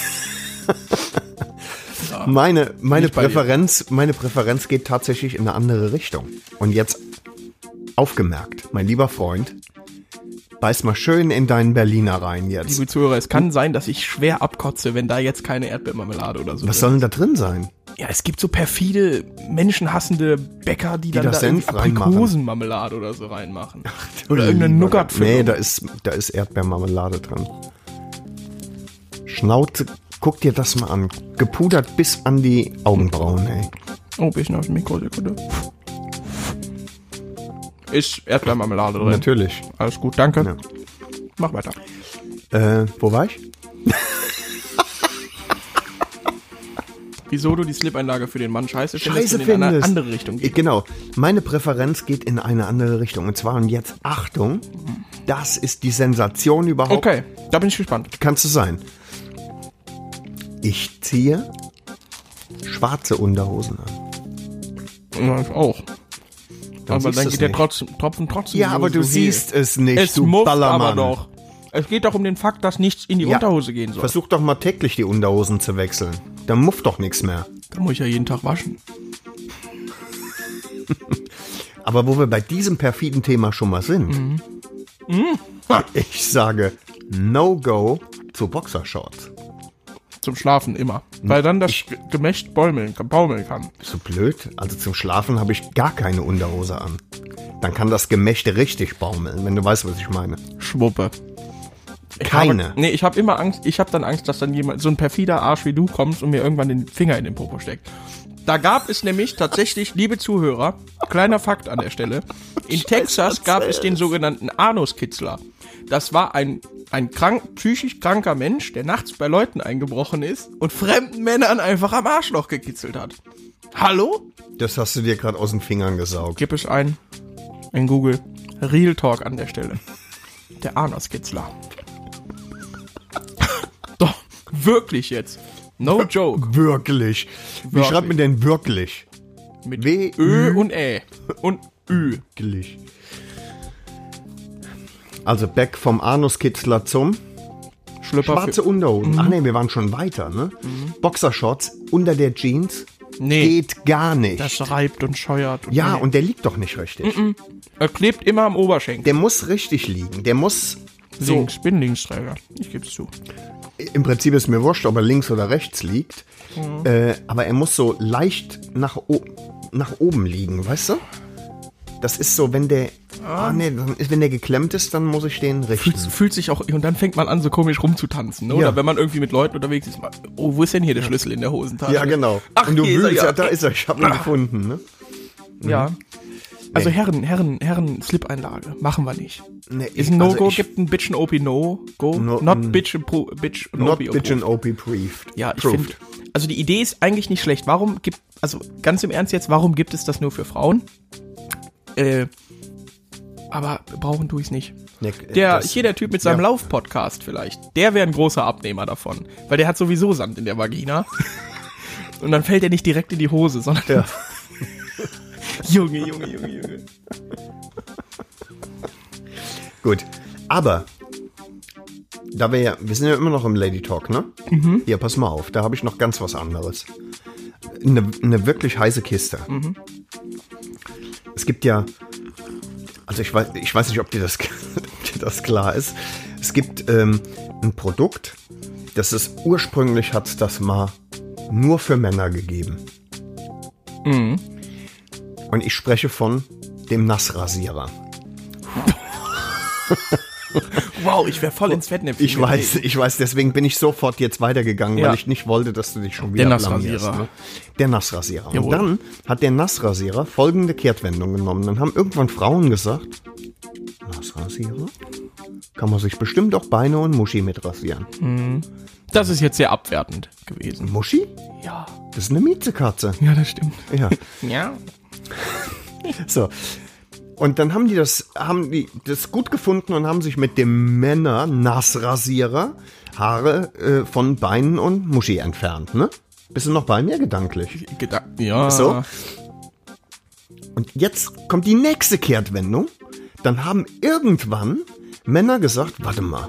A: meine, meine
B: Ah, Nicht bei dir.
A: Präferenz, meine Präferenz geht tatsächlich in eine andere Richtung. Und jetzt aufgemerkt, mein lieber Freund, beiß mal schön in deinen Berliner rein jetzt.
B: Liebe Zuhörer, es kann sein, dass ich schwer abkotze, wenn da jetzt keine Erdbeermarmelade oder so
A: Was
B: drin
A: soll denn da drin sein?
B: ist. Ja, es gibt so perfide, menschenhassende Bäcker, die, dann
A: das
B: da irgendwie
A: Senf reinmachen.
B: Aprikosenmarmelade oder so reinmachen. Oder irgendeine Nougat-Füllung.
A: Äh, Nee, da ist, da ist Erdbeermarmelade drin. Schnauze, guck dir das mal an. Gepudert bis an die Augenbrauen, ey.
B: Oh, bisschen aus dem Mikrosekunde. Ist Erdbeermarmelade drin.
A: Natürlich.
B: Alles gut, danke.
A: Ja.
B: Mach weiter.
A: Äh, wo war ich?
B: Wieso du die Slip-Einlage für den Mann scheiße findest
A: Scheiße
B: und in eine
A: findest.
B: andere Richtung geht.
A: Genau. Meine Präferenz geht in eine andere Richtung. Und zwar, und jetzt Achtung, das ist die Sensation überhaupt.
B: Okay, da bin ich gespannt.
A: Kannst du sein. Ich ziehe schwarze Unterhosen an.
B: Ja, ich auch.
A: Dann
B: aber
A: siehst
B: dann
A: du's
B: geht der
A: nicht.
B: trotzdem, Tropfen trotzdem.
A: Ja,
B: in die
A: aber
B: Hose.
A: du siehst es nicht,
B: es
A: du
B: muss aber
A: Ballermann.
B: doch. Es geht doch um den Fakt, dass nichts in die
A: Ja.
B: Unterhose gehen soll.
A: Versuch doch mal täglich die Unterhosen zu wechseln. Da muff doch nichts mehr.
B: Da muss ich ja jeden Tag waschen.
A: Aber wo wir bei diesem perfiden Thema schon mal sind,
B: Mhm.
A: Mhm. ich sage No-Go zu Boxershorts.
B: Zum Schlafen immer. Weil dann das Gemächt baumeln kann. Baumeln kann.
A: Bist du blöd? Also zum Schlafen habe ich gar keine Unterhose an. Dann kann das Gemächte richtig baumeln, wenn du weißt, was ich meine.
B: Schwuppe. Ich
A: Keine.
B: Habe, nee, ich habe immer Angst, ich habe dann Angst, dass dann jemand, so ein perfider Arsch wie du kommst und mir irgendwann den Finger in den Popo steckt. Da gab es nämlich tatsächlich, liebe Zuhörer, kleiner Fakt an der Stelle, in Texas gab es den sogenannten Anuskitzler. Das war ein, ein krank, psychisch kranker Mensch, der nachts bei Leuten eingebrochen ist und fremden Männern einfach am Arschloch gekitzelt hat. Hallo?
A: Das hast du dir gerade aus den Fingern gesaugt.
B: Gib es ein in Google. Real Talk an der Stelle. Der Anuskitzler. Doch, wirklich jetzt. No joke.
A: Wirklich. Wie
B: Wirklich.
A: schreibt man denn wirklich?
B: Mit
A: W-
B: Ö und Ä. Und Ü.
A: Wirklich. Also back vom Anuskitzler zum
B: Schlüpper
A: schwarze
B: Mhm.
A: Unterhosen. Ach nee, wir waren schon weiter, ne? Boxershorts unter der Jeans
B: für... Mhm. Nee,
A: geht gar nicht.
B: das reibt und scheuert. Und
A: ja,
B: nee.
A: und der liegt doch nicht richtig.
B: Er klebt immer am Oberschenkel.
A: Der muss richtig liegen. Der muss so
B: Links, bin Linksträger. Ich geb's zu.
A: im Prinzip ist mir wurscht, ob er links oder rechts liegt.
B: Mhm.
A: Äh, aber er muss so leicht nach, o nach oben liegen, weißt du? Das ist so, wenn der. Ah, nee, dann ist- wenn der geklemmt ist, dann muss ich den richten.
B: Fühlt, fühlt sich auch... Und dann fängt man an, so komisch rumzutanzen. Ne? Oder
A: Ja.
B: wenn man irgendwie mit Leuten unterwegs ist. mal, Oh, wo ist denn hier der Schlüssel in der Hosentasche?
A: Ja, genau.
B: Ach,
A: Und du
B: hier ist er,
A: wühlst,
B: ja. Ah.
A: ja, da ist er, ich hab ihn gefunden, ne?
B: Ja. Also Herren, Herren, Herren Slip-Einlage. Machen wir nicht.
A: Nee,
B: Ist
A: ich-
B: ein
A: also
B: No-Go,
A: ich-
B: gibt ein Bitch and OP No. Go.
A: No- mm.
B: not Bitch and pro, Bitch and
A: Not
B: OP
A: bitch and OP proved.
B: Ja, ich
A: Proved.
B: finde. Also die Idee ist eigentlich nicht schlecht. Warum gibt, also ganz im Ernst jetzt, warum gibt es das nur für Frauen? Äh, aber brauchen tue ich es nicht.
A: Nee,
B: Der,
A: Ne, Äh, das-
B: hier der Typ mit seinem
A: ja.
B: Lauf-Podcast vielleicht, der wäre ein großer Abnehmer davon. Weil der hat sowieso Sand in der Vagina. Und dann fällt er nicht direkt in die Hose, sondern.
A: Ja.
B: Junge, Junge, Junge, Junge.
A: Gut. Aber da wir ja, wir sind ja immer noch im Lady Talk, ne? Hier, pass mal auf, da habe ich noch ganz was anderes. Eine eine wirklich heiße Kiste. Es gibt ja, also ich weiß, ich weiß nicht, ob dir, das, ob dir das klar ist. Es gibt ähm, ein Produkt, das ist ursprünglich hat das mal nur für Männer gegeben. Und ich spreche von dem Nassrasierer.
B: Wow, ich wäre voll ins Fettnäpfchen.
A: Ich weiß, ich weiß, deswegen bin ich sofort jetzt weitergegangen,
B: Ja.
A: weil ich nicht wollte, dass du dich schon
B: Der
A: wieder
B: Nassrasierer.
A: blamierst, ne? Der Nassrasierer. Und
B: Jawohl.
A: dann hat der Nassrasierer folgende Kehrtwendung genommen. Dann haben irgendwann Frauen gesagt, Nassrasierer? Kann man sich bestimmt auch Beine und Muschi mit rasieren.
B: Hm. Das ist jetzt sehr abwertend gewesen.
A: Muschi?
B: Ja.
A: Das ist eine Mietzekatze.
B: Ja, das stimmt.
A: Ja.
B: Ja.
A: So. Und dann haben die das, haben die das gut gefunden und haben sich mit dem Männer Nassrasierer Haare äh, von Beinen und Muschi entfernt, ne? Bist du noch bei mir gedanklich?
B: Gedanken, ja.
A: So. Und jetzt kommt die nächste Kehrtwendung. Dann haben irgendwann Männer gesagt, warte mal,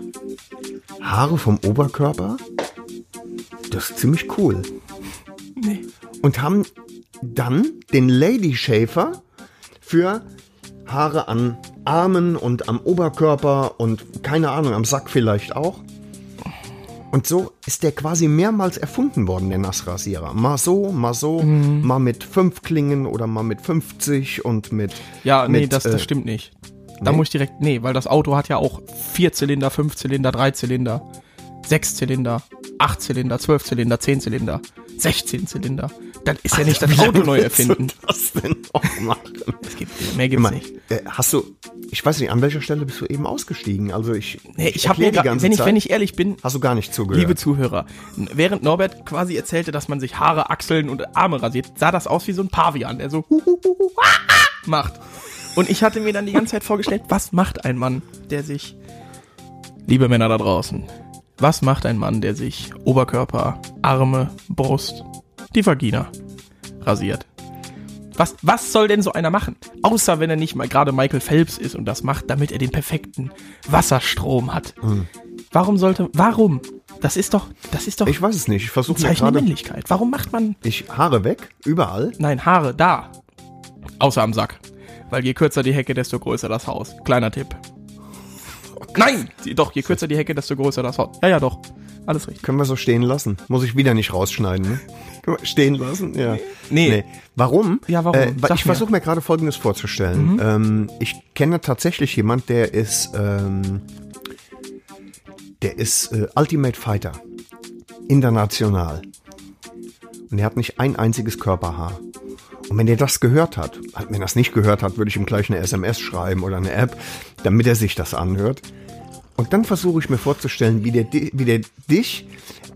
A: Haare vom Oberkörper, das ist ziemlich cool.
B: Nee.
A: und haben dann den Lady Shaver für Haare an Armen und am Oberkörper und keine Ahnung, am Sack vielleicht auch. Und so ist der quasi mehrmals erfunden worden, der Nassrasierer. Mal so, mal so,
B: Mhm.
A: mal mit fünf Klingen oder mal mit 50 und mit.
B: Ja, nee,
A: mit,
B: das,
A: äh,
B: das stimmt nicht. Da muss ich direkt, nee, weil das Auto hat ja auch Vierzylinder, Fünfzylinder, Dreizylinder, Sechszylinder, Achtzylinder, Zwölfzylinder, Zehnzylinder, Sechzehnzylinder. Das ist ja nicht das
A: Wie
B: Auto neu
A: willst du
B: erfinden.
A: Das denn auch machen?
B: Es gibt, mehr gibt's
A: Immer,
B: nicht.
A: äh, hast du, ich weiß nicht, an welcher Stelle bist du eben ausgestiegen? Also ich,
B: Nee, ich habe
A: erklär
B: mir,
A: die
B: grad-
A: ganze
B: wenn ich,
A: Zeit,
B: wenn ich ehrlich bin,
A: hast du gar nicht zugehört.
B: liebe Zuhörer, n- während Norbert quasi erzählte, dass man sich Haare, Achseln und Arme rasiert, sah das aus wie so ein Pavian, der so huhuhuhu, ah, ah, macht. Und ich hatte mir dann die ganze Zeit vorgestellt, was macht ein Mann, der sich, liebe Männer da draußen, was macht ein Mann, der sich Oberkörper, Arme, Brust, die Vagina rasiert? Was, was soll denn so einer machen? Außer wenn er
A: Hm.
B: nicht mal gerade Michael Phelps ist und das macht, damit er den perfekten Wasserstrom hat. Warum sollte, warum? Das ist doch, das ist doch
A: Ich weiß es nicht. Ich
B: ein
A: versuche mir
B: Zeichen der
A: gerade.
B: Männlichkeit. Warum macht man,
A: Ich Haare weg, überall.
B: nein, Haare da? Außer am Sack. Weil je kürzer die Hecke, desto größer das Haus. Kleiner Tipp. Nein! Die- Doch, je kürzer die Hecke, desto größer das Haus. Ja, ja, doch. Alles richtig.
A: Können wir so stehen lassen. Muss ich wieder nicht rausschneiden, ne? Können wir Stehen lassen? Ja.
B: Nee.
A: Warum?
B: Ja, warum?
A: Äh, weil
B: Sag
A: ich
B: mir.
A: versuche mir gerade Folgendes vorzustellen. Ähm, ich kenne tatsächlich jemand, der ist, ähm, der ist äh, Ultimate Fighter. International. Und er hat nicht ein einziges Körperhaar. Und wenn er das gehört hat, halt, wenn er das nicht gehört hat, würde ich ihm gleich eine SMS schreiben oder eine App, damit er sich das anhört. Und dann versuche ich mir vorzustellen, wie der, di- wie der dich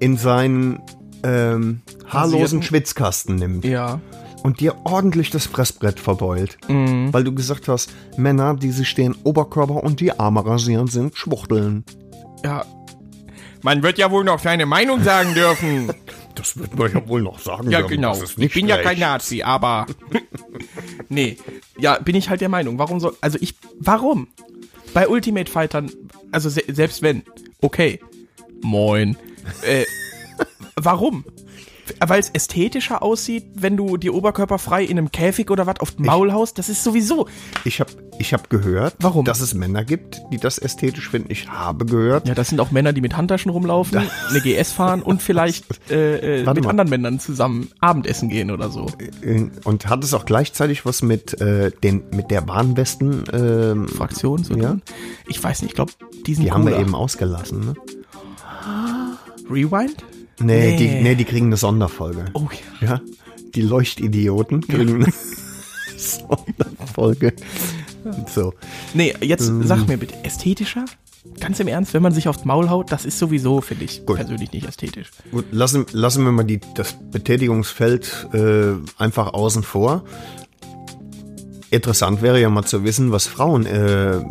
A: in seinen ähm, haarlosen
B: Rasierten?
A: Schwitzkasten nimmt
B: Ja.
A: und dir ordentlich das Fressbrett verbeult,
B: Mhm.
A: weil du gesagt hast, Männer, die sich den Oberkörper und die Arme rasieren, sind Schwuchteln.
B: Ja. Man wird ja wohl noch seine Meinung sagen dürfen.
A: Das wird man ja wohl noch sagen.
B: Ja,
A: dürfen.
B: genau.
A: Das ist
B: ich
A: nicht
B: bin ja
A: schlecht.
B: kein Nazi, aber. nee. Ja, bin ich halt der Meinung. Warum soll. Also ich. Warum? Bei Ultimate Fightern. Also se selbst wenn. Okay. Moin. Äh, warum? Weil es ästhetischer aussieht, wenn du die Oberkörper frei in einem Käfig oder was auf dem Maul haust. Das ist sowieso.
A: Ich habe ich hab gehört,
B: Warum?
A: dass es Männer gibt, die das ästhetisch finden. Ich habe gehört.
B: Ja, das sind auch Männer, die mit Handtaschen rumlaufen, eine GS fahren und vielleicht äh, äh,
A: Warte
B: mit
A: mal.
B: anderen Männern zusammen Abendessen gehen oder so.
A: äh, Und hat es auch gleichzeitig was mit, äh, den, mit der Warnwesten, ähm,
B: Fraktion zu
A: Ja.
B: tun. Ich weiß nicht, ich glaube, diesen
A: die haben wir eben ausgelassen. Ne?
B: Rewind?
A: Nee, Die,
B: Nee.
A: nee, die kriegen eine Sonderfolge.
B: Oh ja.
A: Ja, die Leuchtidioten kriegen eine Sonderfolge. So.
B: Nee, jetzt
A: Ähm.
B: sag mir bitte, ästhetischer? Ganz im Ernst, wenn man sich aufs Maul haut, das ist sowieso, finde ich,
A: Gut.
B: persönlich nicht ästhetisch.
A: Gut, lassen, lassen wir mal die, das Betätigungsfeld äh, einfach außen vor. Interessant wäre ja mal zu wissen, was Frauen äh,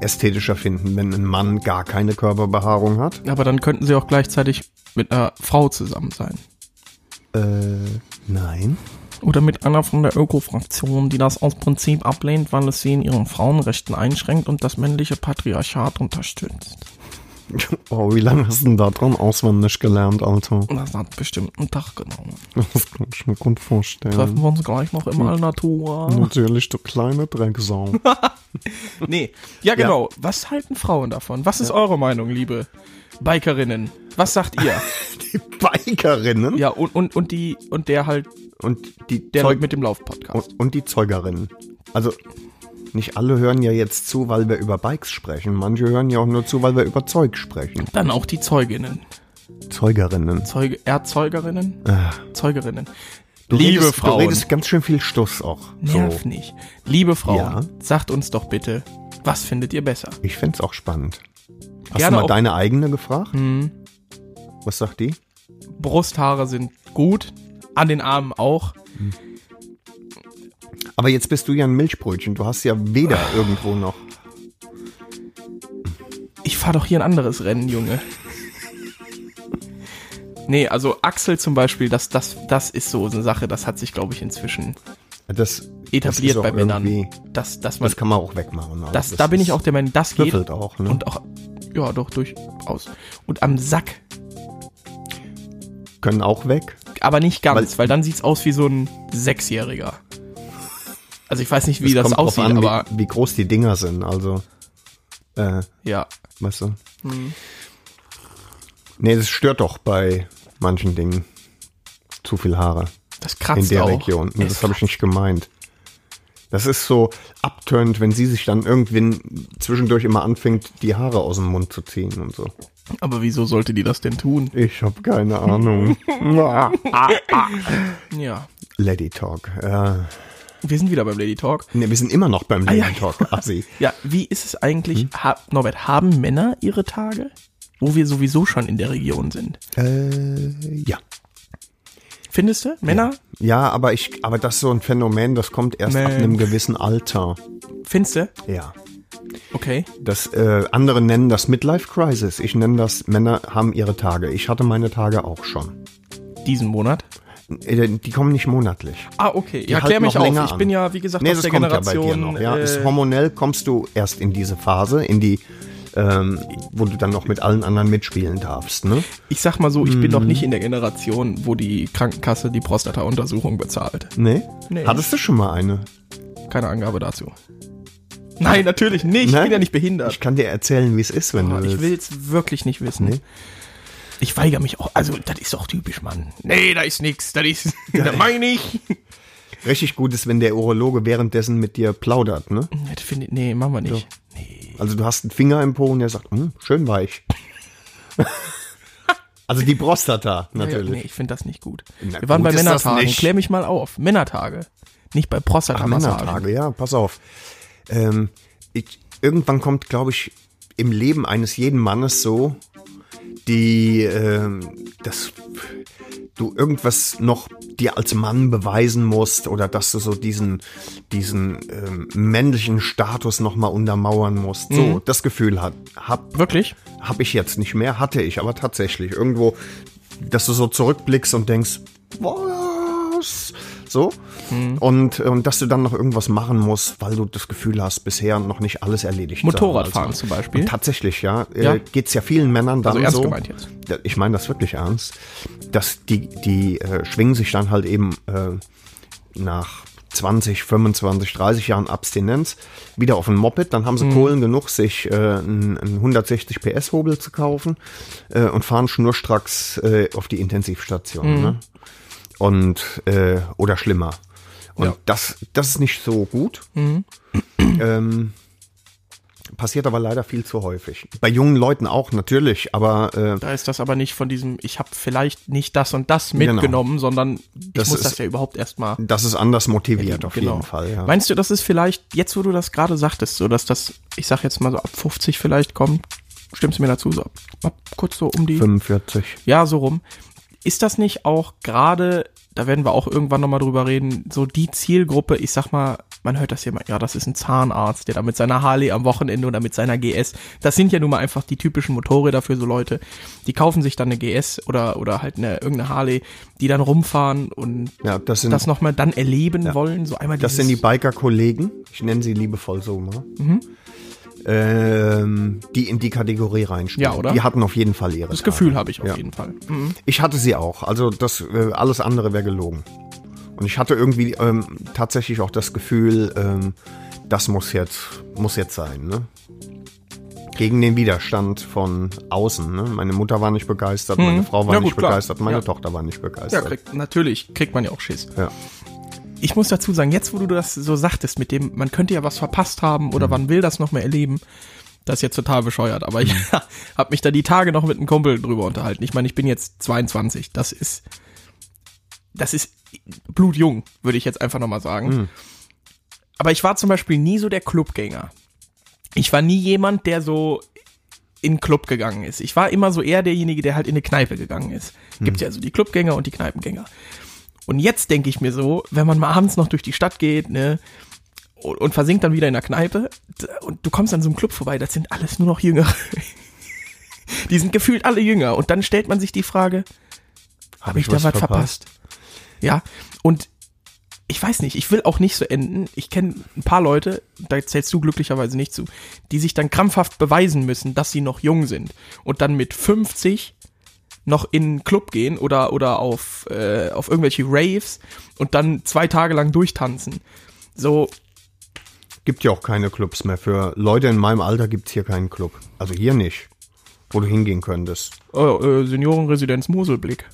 A: ästhetischer finden, wenn ein Mann gar keine Körperbehaarung hat.
B: Aber dann könnten sie auch gleichzeitig mit einer Frau zusammen sein.
A: Äh, nein.
B: Oder mit einer von der Öko-Fraktion, die das aus Prinzip ablehnt, weil es sie in ihren Frauenrechten einschränkt und das männliche Patriarchat unterstützt.
A: Oh, wie lange hast du denn da dran auswendig gelernt, Alter?
B: Und das hat bestimmt einen Tag genommen.
A: Das kann ich mir gut
B: Treffen
A: vorstellen.
B: wir uns gleich noch im Allnatur.
A: Natürlich, du kleine Drecksau.
B: Nee. Ja, genau. Was halten Frauen davon? Was ist eure Meinung, liebe Bikerinnen? Was sagt ihr?
A: Die Bikerinnen?
B: ja, und, und, und die, und der halt,
A: Und die
B: der
A: Zeug-
B: mit dem Lauf-Podcast.
A: und, und die Zeugerinnen. Also nicht alle hören ja jetzt zu, weil wir über Bikes sprechen. Manche hören ja auch nur zu, weil wir über Zeug sprechen.
B: Dann auch die Zeuginnen.
A: Zeugerinnen. Äh,
B: Zeuge, Erzeugerinnen? Zeugerinnen.
A: Du
B: Liebe
A: redest,
B: Frauen.
A: Du redest ganz schön viel Stuss auch. So.
B: nerv nicht. Liebe Frauen,
A: Ja.
B: sagt uns doch bitte, was findet ihr besser?
A: Ich find's auch spannend. Hast du
B: Gerne
A: mal
B: auch-
A: deine eigene gefragt? Was sagt die?
B: Brusthaare sind gut, an den Armen auch.
A: Aber jetzt bist du ja ein Milchbrötchen. Du hast ja weder
B: Ah.
A: irgendwo noch.
B: Ich fahr doch hier ein anderes Rennen, Junge. Nee, also Axel zum Beispiel, das, das, das ist so eine Sache, das hat sich, glaube ich, inzwischen
A: Das das ist
B: etabliert
A: auch
B: bei Männern.
A: irgendwie-
B: Dass, dass man,
A: Das
B: das,
A: kann man auch wegmachen. Also
B: da bin ich auch der Meinung, das geht.
A: Büffelt auch, ne?
B: Und auch, ja, doch, durchaus. Und am Sack,
A: Können auch weg.
B: aber nicht ganz, weil, dann sieht's aus wie so ein Sechsjähriger. Also ich weiß nicht, wie
A: Es
B: das
A: kommt drauf
B: aussieht,
A: an,
B: aber
A: wie, wie groß die Dinger sind. Also, äh,
B: ja.
A: weißt du.
B: Hm.
A: Nee, das stört doch bei manchen Dingen. Zu viel Haare
B: Das
A: in
B: kratzt
A: der
B: auch.
A: Region. Nee,
B: Es
A: das habe ich nicht gemeint. Das ist so abtörend, wenn sie sich dann irgendwann zwischendurch immer anfängt, die Haare aus dem Mund zu ziehen und so.
B: Aber wieso sollte die das denn tun?
A: Ich habe keine Ahnung.
B: Ja.
A: Lady Talk. Äh,
B: Wir sind wieder beim Lady Talk.
A: nee, wir sind immer noch beim
B: Ah,
A: Lady Talk, ah, Assi.
B: Ja, wie ist es eigentlich,
A: Mhm.
B: ha Norbert, haben Männer ihre Tage, wo wir sowieso schon in der Region sind?
A: Äh, ja.
B: Findest du? Männer?
A: Ja, aber ich, aber das ist so ein Phänomen, das kommt erst ab
B: Nee.
A: einem gewissen Alter.
B: Findest du?
A: Ja.
B: Okay.
A: Das, äh, andere nennen das Midlife Crisis. Ich nenne das Männer haben ihre Tage. Ich hatte meine Tage auch schon.
B: Diesen Monat?
A: Äh, Die kommen nicht monatlich.
B: Ah, okay. Ja,
A: halten
B: klär mich
A: noch
B: auf.
A: länger
B: Ich
A: an.
B: bin ja, wie gesagt,
A: Nee,
B: aus
A: das
B: der
A: kommt
B: Generation.
A: ja bei dir noch. Ja,
B: äh,
A: ist hormonell kommst du erst in diese Phase, in die ähm, wo du dann noch mit allen anderen mitspielen darfst. Ne?
B: Ich sag mal so, ich
A: Mhm.
B: bin noch nicht in der Generation, wo die Krankenkasse die Prostata-Untersuchung bezahlt.
A: Nee?
B: Nee.
A: Hattest du schon mal eine?
B: Keine Angabe dazu. Nein, natürlich nicht. Ich
A: Nein?
B: bin ja nicht behindert.
A: Ich kann dir erzählen, wie Äh, es ist, wenn
B: Aber
A: du
B: ich
A: willst.
B: will es wirklich nicht wissen. Ich weigere mich auch. Also, das ist doch typisch, Mann. Nee, da ist nix. Das ist. da meine ich.
A: Richtig gut ist, wenn der Urologe währenddessen mit dir plaudert. Ne?
B: Nee, das find ich- Nee, machen wir nicht.
A: Also du hast einen Finger im Po und der sagt, "Hm, schön weich. also die Prostata
B: Ja, nee,
A: natürlich.
B: ich finde das nicht gut.
A: Na,
B: wir waren
A: gut
B: bei
A: ist das
B: Männertagen.
A: nicht.
B: Klär mich mal auf. Männertage. Nicht bei Prostata-Massagen.
A: Männertage, ja, pass auf. Ähm, ich, irgendwann kommt, glaube ich, im Leben eines jeden Mannes so, die, ähm, dass du irgendwas noch dir als Mann beweisen musst oder dass du so diesen, diesen ähm, männlichen Status nochmal untermauern musst. So, das Gefühl hat, hab
B: Wirklich?
A: Habe ich jetzt nicht mehr, hatte ich aber tatsächlich. Irgendwo, dass du so zurückblickst und denkst, was? So.
B: Hm.
A: Und, und dass du dann noch irgendwas machen musst, weil du das Gefühl hast, bisher noch nicht alles erledigt. zu haben.
B: Motorradfahren
A: Also-
B: zum Beispiel.
A: Und tatsächlich, ja.
B: Ja.
A: Äh, Geht es ja vielen Männern dann
B: Also ernst
A: so.
B: gemeint jetzt.
A: Ja, Ich meine das wirklich ernst. Dass die, die äh, schwingen sich dann halt eben äh, nach 20, 25, 30 Jahren Abstinenz wieder auf ein Moped. Dann haben
B: Mhm.
A: sie Kohlen genug, sich äh, einen einen 160 PS Hobel zu kaufen äh, und fahren schnurstracks äh, auf die Intensivstation.
B: Mhm.
A: Ne? Und äh, oder schlimmer. Und
B: Ja.
A: das, das ist nicht so gut. Ähm, passiert aber leider viel zu häufig. Bei jungen Leuten auch natürlich, aber äh,
B: Da ist das aber nicht von diesem, ich habe vielleicht nicht das und das mitgenommen, sondern ich
A: Genau. Das
B: muss
A: ist-
B: das ja überhaupt erstmal.
A: das ist anders motiviert auf jeden Fall. Ja.
B: Genau. Meinst du, das ist vielleicht, jetzt wo du das gerade sagtest, so dass das, ich sag jetzt mal so ab 50 vielleicht kommt, stimmst du mir dazu, so ab, ab kurz so um die.
A: 45.
B: Ja, so rum. Ist das nicht auch gerade, da werden wir auch irgendwann nochmal drüber reden, so die Zielgruppe, ich sag mal, man hört das hier mal, ja, das ist ein Zahnarzt, der da mit seiner Harley am Wochenende oder mit seiner GS, das sind ja nun mal einfach die typischen Motorräder für so Leute, die kaufen sich dann eine GS oder, oder halt eine, irgendeine Harley, die dann rumfahren und
A: Ja, das sind
B: das nochmal dann erleben wollen, so einmal
A: Das
B: dieses-
A: sind die Biker-Kollegen, ich nenne sie liebevoll so mal,
B: Mhm.
A: ähm, die in die Kategorie reinspielen.
B: Ja, oder?
A: Die hatten auf jeden Fall ihre
B: das Gefühl
A: Tage.
B: habe ich auf
A: ja. Mhm.
B: jeden Fall.
A: Ich hatte sie auch, also das, äh, alles andere wäre gelogen. Und ich hatte irgendwie ähm, tatsächlich auch das Gefühl, ähm, das muss jetzt, muss jetzt sein. Ne? Gegen den Widerstand von außen. Ne? Meine Mutter war nicht begeistert, meine Frau war
B: Ja,
A: nicht
B: Hm. gut, klar.
A: begeistert, meine
B: Ja.
A: Tochter war nicht
B: Ja,
A: begeistert.
B: kriegt, natürlich kriegt man ja auch Schiss.
A: Ja.
B: ich muss dazu sagen, jetzt wo du das so sagtest, mit dem, man könnte ja was verpasst haben
A: Mhm.
B: oder wann will das noch mehr erleben, das ist jetzt total bescheuert. Aber ich
A: Mhm.
B: habe mich da die Tage noch mit einem Kumpel drüber unterhalten. Ich meine, ich bin jetzt 22. Das ist, das ist blutjung, würde ich jetzt einfach nochmal sagen.
A: Mhm.
B: Aber ich war zum Beispiel nie so der Clubgänger. Ich war nie jemand, der so in den Club gegangen ist. Ich war immer so eher derjenige, der halt in eine Kneipe gegangen ist. Gibt ja also die Clubgänger und die Kneipengänger. Und jetzt denke ich mir so, wenn man mal abends noch durch die Stadt geht, ne, und, und versinkt dann wieder in der Kneipe, d- und du kommst an so einem Club vorbei, das sind alles nur noch Jünger. die sind gefühlt alle jünger. Und dann stellt man sich die Frage,
A: Habe
B: habe ich, da was verpasst? Ja, und ich weiß nicht, ich will auch nicht so enden. Ich kenne ein paar Leute, da zählst du glücklicherweise nicht zu, die sich dann krampfhaft beweisen müssen, dass sie noch jung sind und dann mit 50 noch in einen Club gehen oder, oder auf, äh, auf irgendwelche Raves und dann zwei Tage lang durchtanzen. So,
A: Gibt ja auch keine Clubs mehr. Für Leute in meinem Alter gibt's hier keinen Club. Also hier nicht, wo du hingehen könntest.
B: oh, äh, Seniorenresidenz Moselblick.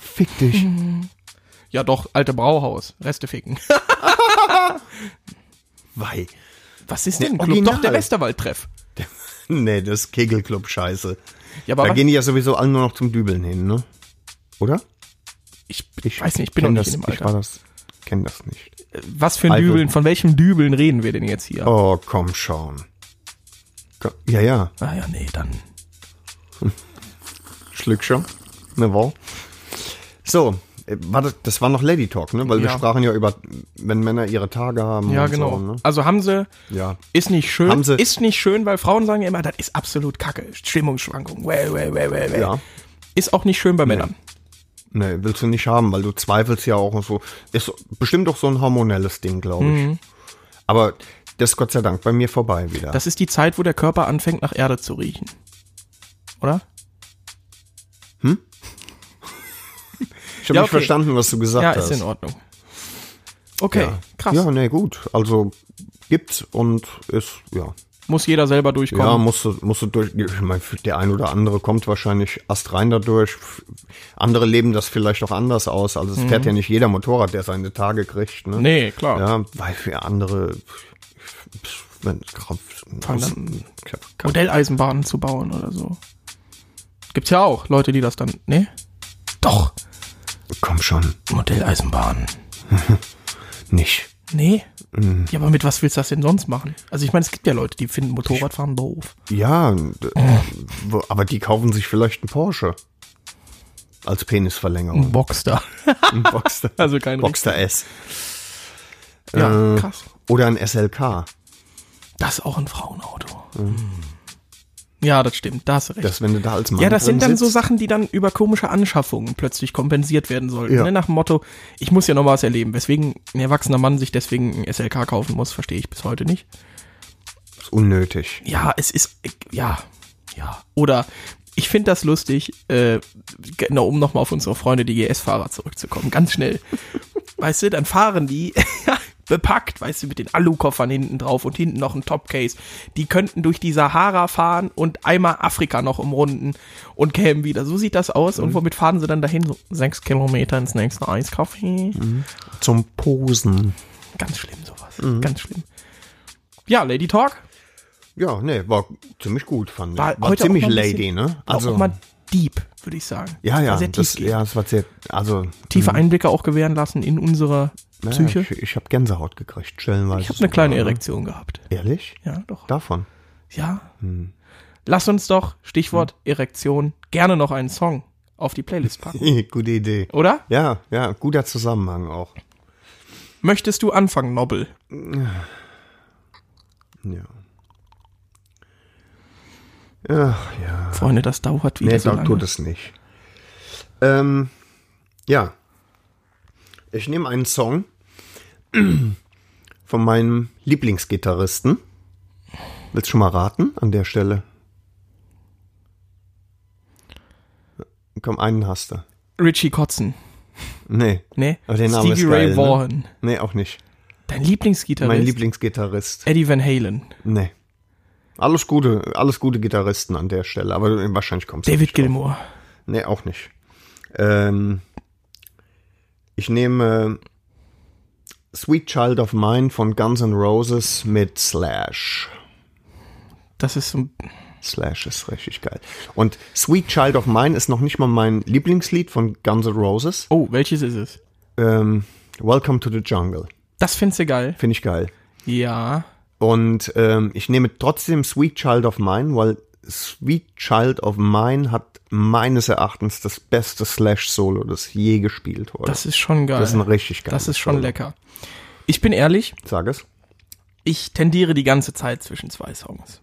A: Fick dich.
B: Ja doch, alte Brauhaus, Reste ficken.
A: Wei.
B: Was ist
A: Nee,
B: denn ein Club?
A: original.
B: Doch, der Westerwaldtreff.
A: Nee, das ist Kegelclub-Scheiße.
B: Ja,
A: Da
B: was-
A: gehen die ja sowieso alle nur noch zum Dübeln hin, ne? Oder?
B: ich, ich weiß nicht, ich bin noch
A: kenn
B: nicht
A: das,
B: in dem Alter.
A: Ich war das, kenn das nicht.
B: Was für ein
A: Also-
B: Dübeln, von welchem Dübeln reden wir denn jetzt hier?
A: Oh, komm schon. Ko- Ja, ja,
B: Ah ja, nee, dann.
A: schluck schon. Ne, wow. So, äh, war das, das war noch Lady Talk, ne? Weil wir
B: Ja.
A: sprachen ja über, wenn Männer ihre Tage haben.
B: Ja,
A: und
B: genau.
A: So, ne?
B: Also haben sie,
A: Ja.
B: ist nicht schön,
A: Haben sie-
B: ist nicht schön, weil Frauen sagen ja immer, das ist absolut kacke. Stimmungsschwankungen. Wäh, wäh, wäh, wäh, wäh.
A: Ja.
B: Ist auch nicht schön bei Männern.
A: Nee, willst du nicht haben, weil du
B: Mhm.
A: zweifelst ja auch und so. Ist bestimmt doch so ein hormonelles Ding, glaube ich. Aber Das ist Gott sei Dank bei mir vorbei wieder.
B: Das ist die Zeit, wo der Körper anfängt, nach Erde zu riechen. Oder?
A: ich habe
B: ja,
A: nicht
B: okay.
A: verstanden, was du gesagt
B: ja,
A: hast.
B: ist in Ordnung. Okay,
A: ja.
B: krass.
A: Ja, nee, gut. Also gibt's und ist, ja.
B: Muss jeder selber
A: Ja,
B: durchkommen.
A: musst du, musst du durch. Ich meine, der ein oder andere kommt wahrscheinlich astrein dadurch. Andere leben das vielleicht auch anders aus. Also es fährt ja nicht jeder Motorrad, der seine Tage kriegt. Ne?
B: Mhm. nee, klar.
A: Ja, weil für andere. Wenn,
B: Fangen dann Modelleisenbahnen zu bauen oder so. Gibt's ja auch Leute, die das dann. Nee? Doch.
A: komm schon,
B: Modelleisenbahnen.
A: nicht.
B: Nee?
A: Hm.
B: Ja, aber mit was willst du das denn sonst machen? Also ich meine, es gibt ja Leute, die finden Motorradfahren doof.
A: Ja, d-
B: Äh.
A: wo- aber die kaufen sich vielleicht einen Porsche. Als Penisverlängerung.
B: Boxster.
A: Ein Boxster.
B: Also kein
A: Boxster S.
B: Ja,
A: Äh,
B: krass.
A: Oder ein SLK.
B: Das ist auch ein Frauenauto. Ja, das stimmt, da hast du recht.
A: Hm. Das, wenn du da als Mann
B: ja, das sind
A: drin
B: dann so
A: sitzt-
B: Sachen, die dann über komische Anschaffungen plötzlich kompensiert werden sollten.
A: Ja.
B: Ne? Nach dem Motto, ich muss ja noch mal was erleben. Weswegen ein erwachsener Mann sich deswegen ein SLK kaufen muss, verstehe ich bis heute nicht.
A: Ist unnötig.
B: ja, es ist, ja, ja. Oder ich finde das lustig, äh, genau, um nochmal auf unsere Freunde, die GS-Fahrer zurückzukommen, ganz schnell. weißt du, dann fahren die bepackt, weißt du, mit den Alukoffern hinten drauf und hinten noch ein Topcase. Die könnten durch die Sahara fahren und einmal Afrika noch umrunden und kämen wieder. So sieht das aus. Und womit fahren sie dann dahin? So sechs Kilometer ins nächste Eiskaffee.
A: Zum Posen.
B: Ganz schlimm sowas. Ganz schlimm. Ja, Lady Talk.
A: Ja, nee, war ziemlich gut, fand ich.
B: War
A: War,
B: heute auch
A: ziemlich
B: mal ein
A: lady,
B: bisschen-
A: ne?
B: Also auch
A: Also,
B: mal deep, würde ich sagen.
A: ja,
B: War
A: ja,
B: Sehr
A: das,
B: tiefgehend.
A: ja, es war sehr, also,
B: Tiefe Einblicke auch gewähren lassen in unsere
A: ja,
B: Psyche.
A: ich, ich habe Gänsehaut gekriegt, stellenweise.
B: Ich habe eine
A: sogar,
B: kleine
A: ne?
B: Erektion gehabt.
A: Ehrlich?
B: Ja, doch.
A: Davon?
B: Ja.
A: Hm.
B: Lass uns doch, Stichwort Erektion, gerne noch einen Song auf die Playlist packen.
A: Gute Idee.
B: Oder?
A: Ja, ja, guter Zusammenhang auch.
B: Möchtest du anfangen, Nobel?
A: Ja. Ach ja.
B: Freunde, das dauert wieder
A: Ah. Nee,
B: so
A: da
B: lange.
A: tut es nicht. Ähm, ja. Ich nehme einen Song von meinem Lieblingsgitarristen. Willst du schon mal raten an der Stelle? Komm, einen hast du.
B: Richie Kotzen.
A: Nee.
B: Nee.
A: Aber der Name
B: Stevie
A: ist
B: Ray
A: geil, ne?
B: Vaughan.
A: Nee, auch nicht.
B: Dein Lieblingsgitarrist.
A: Mein Lieblingsgitarrist.
B: Eddie Van Halen.
A: Nee. Alles gute, alles gute Gitarristen an der Stelle, aber du- wahrscheinlich kommst du
B: David
A: nicht drauf.
B: Gilmour.
A: Nee, auch nicht. Ähm, ich nehme Sweet Child of Mine von Guns N' Roses mit Slash.
B: Das ist so ein.
A: Slash ist richtig geil. Und Sweet Child of Mine ist noch nicht mal mein Lieblingslied von Guns N' Roses.
B: Oh, welches ist es?
A: Ähm, Welcome to the Jungle.
B: Das findest du geil.
A: Finde ich geil.
B: Ja.
A: Und ähm, ich nehme trotzdem Sweet Child of Mine, weil Sweet Child of Mine hat meines Erachtens das beste Slash-Solo, das je gespielt wurde.
B: Das ist schon geil.
A: Das ist ein richtig geil.
B: Das ist schon lecker. Ich bin ehrlich,
A: Sag es.
B: ich tendiere die ganze Zeit zwischen zwei Songs.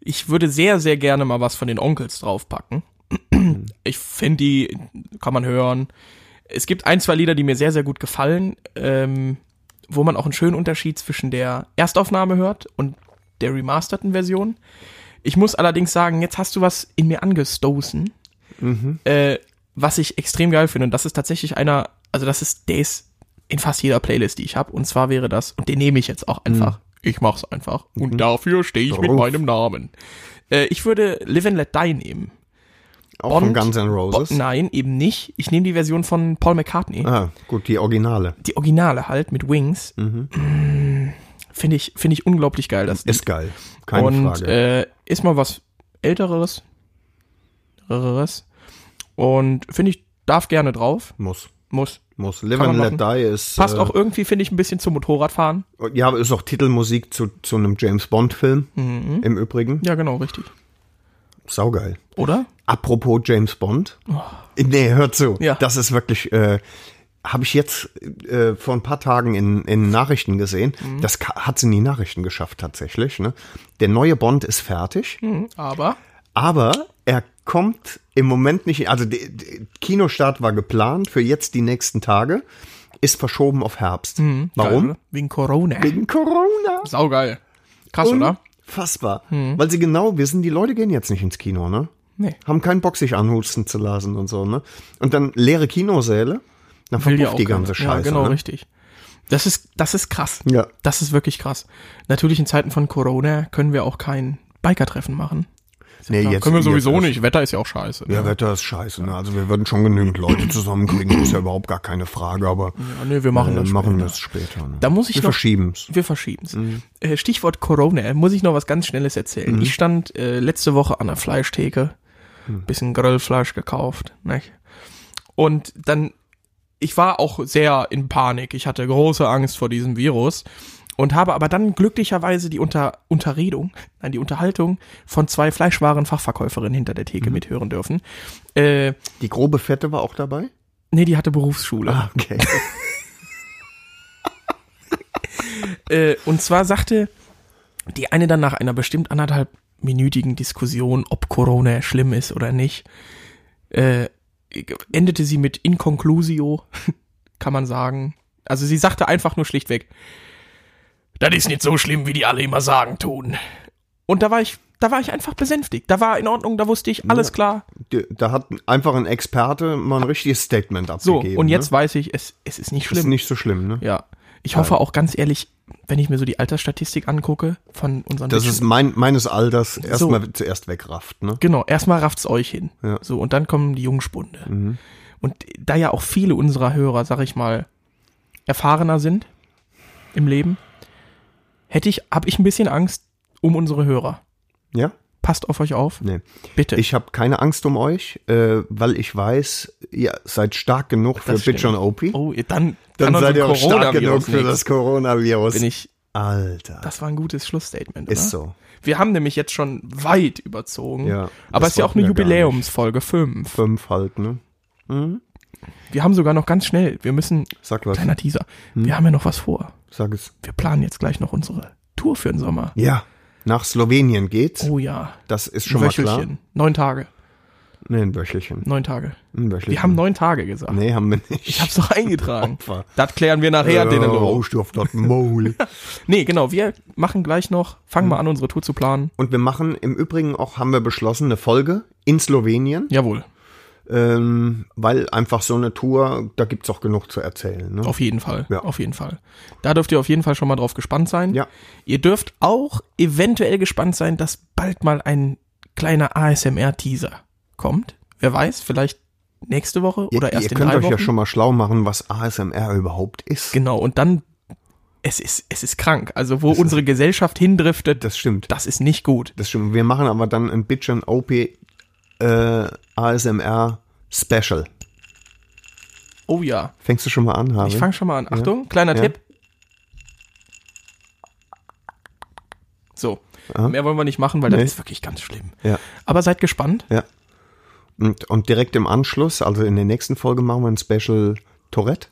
B: Ich würde sehr, sehr gerne mal was von den Onkels draufpacken. Ich finde die, kann man hören. Es gibt ein, zwei Lieder, die mir sehr, sehr gut gefallen, ähm, wo man auch einen schönen Unterschied zwischen der Erstaufnahme hört und der remasterten Version. Ich muss allerdings sagen, jetzt hast du was in mir angestoßen, äh, was ich extrem geil finde. Und das ist tatsächlich einer, also das ist, der ist in fast jeder Playlist, die ich habe. Und zwar wäre das, und den nehme ich jetzt auch einfach. Ich mach's einfach. Und dafür stehe ich mit
A: Ruf.
B: meinem Namen. Äh, ich würde Live and Let Die nehmen.
A: Auch
B: Bond-
A: von Guns N' Roses.
B: Nein, eben nicht. Ich nehme die Version von Paul McCartney.
A: ah, gut, die Originale.
B: Die Originale halt mit Wings. Mm, Finde ich, finde ich unglaublich geil. Das
A: Mhm. Ist geil. Keine
B: und
A: Frage.
B: Äh, ist mal was älteres. Rareres. Und finde ich, darf gerne drauf.
A: muss.
B: Muss.
A: Muss. Live
B: kann
A: and
B: man
A: Let Die ist.
B: Passt
A: äh,
B: auch irgendwie, finde ich, ein bisschen zum Motorradfahren.
A: Ja, ist auch Titelmusik zu, zu einem James Bond-Film
B: Mhm.
A: im Übrigen.
B: Ja, genau, richtig.
A: Saugeil.
B: Oder?
A: Apropos James Bond. Nee, hör zu.
B: Oh. Ja.
A: Das ist wirklich, äh, habe ich jetzt äh, vor ein paar Tagen in, in Nachrichten gesehen.
B: Mhm.
A: Das ka- hat's in die Nachrichten geschafft tatsächlich. Ne? Der neue Bond ist fertig,
B: Mhm. Aber
A: aber er kommt im Moment nicht. Also der Kinostart war geplant für jetzt die nächsten Tage. ist verschoben auf Herbst.
B: Mhm. Geil,
A: Warum?
B: oder? Wegen Corona.
A: Wegen Corona.
B: Saugeil. Krass, oder? Mhm.
A: Unfassbar. Weil sie genau wissen, die Leute gehen jetzt nicht ins Kino, ne?
B: Nee.
A: Haben keinen Bock, sich anhusten zu lassen und so, ne? Und dann leere Kinosäle, dann
B: Will ja
A: verpufft die
B: keiner.
A: ganze Scheiße.
B: Ja, genau,
A: ne?
B: richtig. Das ist, das ist krass.
A: Ja.
B: Das ist wirklich krass. Natürlich in Zeiten von Corona können wir auch kein Biker-Treffen machen. Ist ja
A: Nee,
B: klar.
A: jetzt-
B: können wir sowieso
A: jetzt ist-
B: nicht. Wetter ist ja auch scheiße. ne?
A: Ja, Wetter ist scheiße, ne? Also wir würden schon genügend Leute zusammenkriegen, ist ja überhaupt gar keine Frage, aber
B: Ja, nee, wir machen
A: äh,
B: das.
A: machen wir es später. Ne?
B: Da muss ich
A: wir
B: noch-
A: verschieben's.
B: Wir verschieben's. Äh, Stichwort Corona, muss ich noch was ganz Schnelles erzählen. Ich stand äh, letzte Woche an der Fleischtheke, bisschen Grillfleisch gekauft, ne? Und dann, ich war auch sehr in Panik. Ich hatte große Angst vor diesem Virus und habe aber dann glücklicherweise die Unter Unterredung, nein, die Unterhaltung von zwei Fleischwarenfachverkäuferinnen hinter der Theke mithören dürfen. Äh,
A: Die grobe Fette war auch dabei?
B: nee, die hatte Berufsschule.
A: Ah, okay.
B: Äh, und zwar sagte die eine dann nach einer bestimmt anderthalbminütigen Diskussion, ob Corona schlimm ist oder nicht, äh, endete sie mit Inconclusio, kann man sagen. Also sie sagte einfach nur schlichtweg, das ist nicht so schlimm, wie die alle immer sagen tun. Und da war ich, da war ich einfach besänftigt. Da war in Ordnung, da wusste ich, alles
A: Ja.
B: klar.
A: Die- Da hat einfach ein Experte mal ein richtiges Statement
B: So,
A: abgegeben.
B: und jetzt
A: ne?
B: weiß ich, es, es ist nicht schlimm.
A: ist nicht so schlimm, ne?
B: ja. Ich hoffe auch ganz ehrlich, wenn ich mir so die Altersstatistik angucke von unseren
A: Das
B: Mitschülern-
A: ist mein, meines Alters erstmal zuerst wegrafft, ne?
B: Genau, erstmal rafft's euch hin.
A: Ja. Mhm.
B: So, und dann kommen die Jungspunde. Und da ja auch viele unserer Hörer, sag ich mal, erfahrener sind im Leben, hätte ich, hab ich ein bisschen Angst um unsere Hörer.
A: Ja?
B: Passt auf euch auf,
A: Nee.
B: bitte.
A: Ich habe keine Angst um euch, äh, weil ich weiß, ihr seid stark genug für
B: Das stimmt.
A: Bitch und Opie.
B: oh, ihr- dann,
A: Dann
B: kann
A: seid ihr auch
B: uns ein
A: stark genug
B: Coronavirus
A: für
B: nix.
A: das Coronavirus.
B: Bin ich,
A: Alter.
B: das war ein gutes Schlussstatement, oder?
A: ist so.
B: Wir haben nämlich jetzt schon weit überzogen.
A: Ja,
B: aber
A: das
B: es ist ja auch
A: wollten
B: eine
A: wir gar nicht.
B: Jubiläumsfolge, fünf.
A: Fünf halt, ne?
B: Wir haben sogar noch ganz schnell, wir müssen,
A: Sag was.
B: kleiner Teaser,
A: Hm.
B: wir haben ja noch was vor.
A: Sag es.
B: wir planen jetzt gleich noch unsere Tour für den Sommer.
A: Ja. Nach Slowenien geht's.
B: Oh ja.
A: Das ist schon
B: Wöchelchen.
A: mal klar.
B: Neun Tage.
A: Nee, ein Wöchelchen.
B: Neun Tage.
A: Ein Wöchelchen.
B: Wir haben neun Tage gesagt.
A: Genau. nee, haben wir nicht.
B: Ich hab's doch eingetragen.
A: Opfer.
B: Das klären wir nachher.
A: oh,
B: den Loch.
A: auf das Maul.
B: Nee, genau. Wir machen gleich noch,
A: Hm.
B: fangen wir an, unsere Tour zu planen.
A: Und wir machen im Übrigen auch, haben wir beschlossen, eine Folge in Slowenien,
B: Jawohl.
A: ähm, weil einfach so eine Tour, da gibt's auch genug zu erzählen. Ne?
B: Auf jeden Fall.
A: Ja.
B: Auf jeden Fall. Da dürft ihr auf jeden Fall schon mal drauf gespannt sein.
A: Ja.
B: Ihr dürft auch eventuell gespannt sein, dass bald mal ein kleiner ASMR-Teaser kommt. Wer weiß, vielleicht nächste Woche oder erst
A: ihr
B: in
A: könnt
B: drei
A: euch
B: Wochen.
A: ja schon mal schlau machen, was ASMR überhaupt ist.
B: Genau, und dann, es ist, es ist krank. Also, wo unsere Gesellschaft hindriftet, das,
A: Das stimmt.
B: ist nicht gut.
A: Das stimmt. Wir machen aber dann ein Bitch and OP äh, ASMR Special.
B: Oh ja.
A: Fängst du schon mal an, Harvey?
B: Ich fange schon mal an. Achtung, kleiner
A: Mhm. Ja.
B: Tipp. So. Mehr wollen wir nicht machen, weil
A: Nee.
B: das ist wirklich ganz schlimm.
A: Ja.
B: Aber seid gespannt.
A: Ja. Und, und direkt im Anschluss, also in der nächsten Folge, machen wir ein Special Tourette.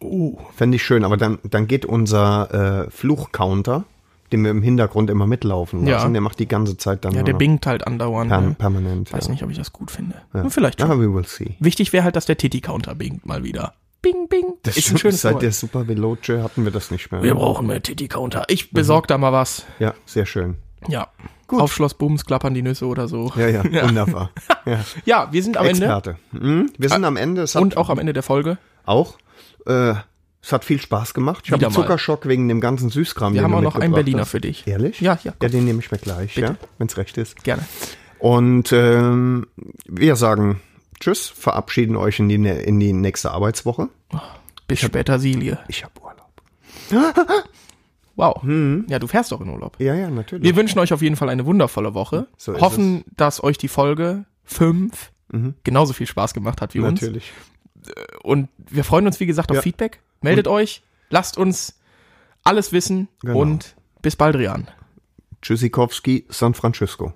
B: Oh.
A: Fände ich schön, aber dann, dann geht unser äh, Fluchcounter, den wir im Hintergrund immer mitlaufen
B: Ja.
A: lassen, der macht die ganze Zeit dann
B: Ja,
A: nur
B: der
A: noch
B: bingt halt andauernd.
A: per
B: ne?
A: permanent.
B: Weiß
A: ja.
B: nicht, ob ich das gut finde. Nur vielleicht schon.
A: Ja, we will see.
B: Wichtig wäre halt, dass der Titty-Counter bingt mal wieder. Bing, bing. Das ist ein schönes
A: Seit der
B: Wort.
A: Super Veloce hatten wir das nicht mehr.
B: Wir brauchen mehr Titty-Counter. Ich besorg
A: Mhm.
B: da mal was.
A: ja, sehr schön.
B: Ja. Gut. Auf Schloss Bums klappern die Nüsse oder so.
A: Ja, ja, wunderbar. Ja.
B: Ja, wir sind am Ende Ah.
A: Experte. Mhm. Wir sind am Ende. Es hat
B: und auch am Ende der Folge.
A: auch. Äh, es hat viel Spaß gemacht. Ich habe
B: Wieder
A: einen
B: mal.
A: Zuckerschock wegen dem ganzen Süßkram.
B: Wir
A: den
B: haben
A: du
B: auch noch einen
A: mitgebracht
B: Berliner
A: hast.
B: für dich.
A: Ehrlich?
B: Ja, ja,
A: Ja, den nehme ich mir gleich, ja, wenn es recht ist.
B: gerne.
A: Und ähm, wir sagen Tschüss, verabschieden euch in die, ne- in die nächste Arbeitswoche.
B: Bis später, Silie.
A: Ich habe Urlaub.
B: Wow. Ja, du fährst doch in Urlaub.
A: Hm. Mhm. Ja, ja, natürlich.
B: Wir wünschen euch auf jeden Fall eine wundervolle Woche.
A: So ist
B: Hoffen, dass euch die Folge 5 genauso viel Spaß gemacht hat wie uns.
A: Mhm. natürlich.
B: Und wir freuen uns, wie gesagt, auf
A: Ja.
B: Feedback. Meldet euch, lasst uns alles wissen
A: Genau.
B: und bis bald, Rian.
A: Tschüssikowski, San Francisco.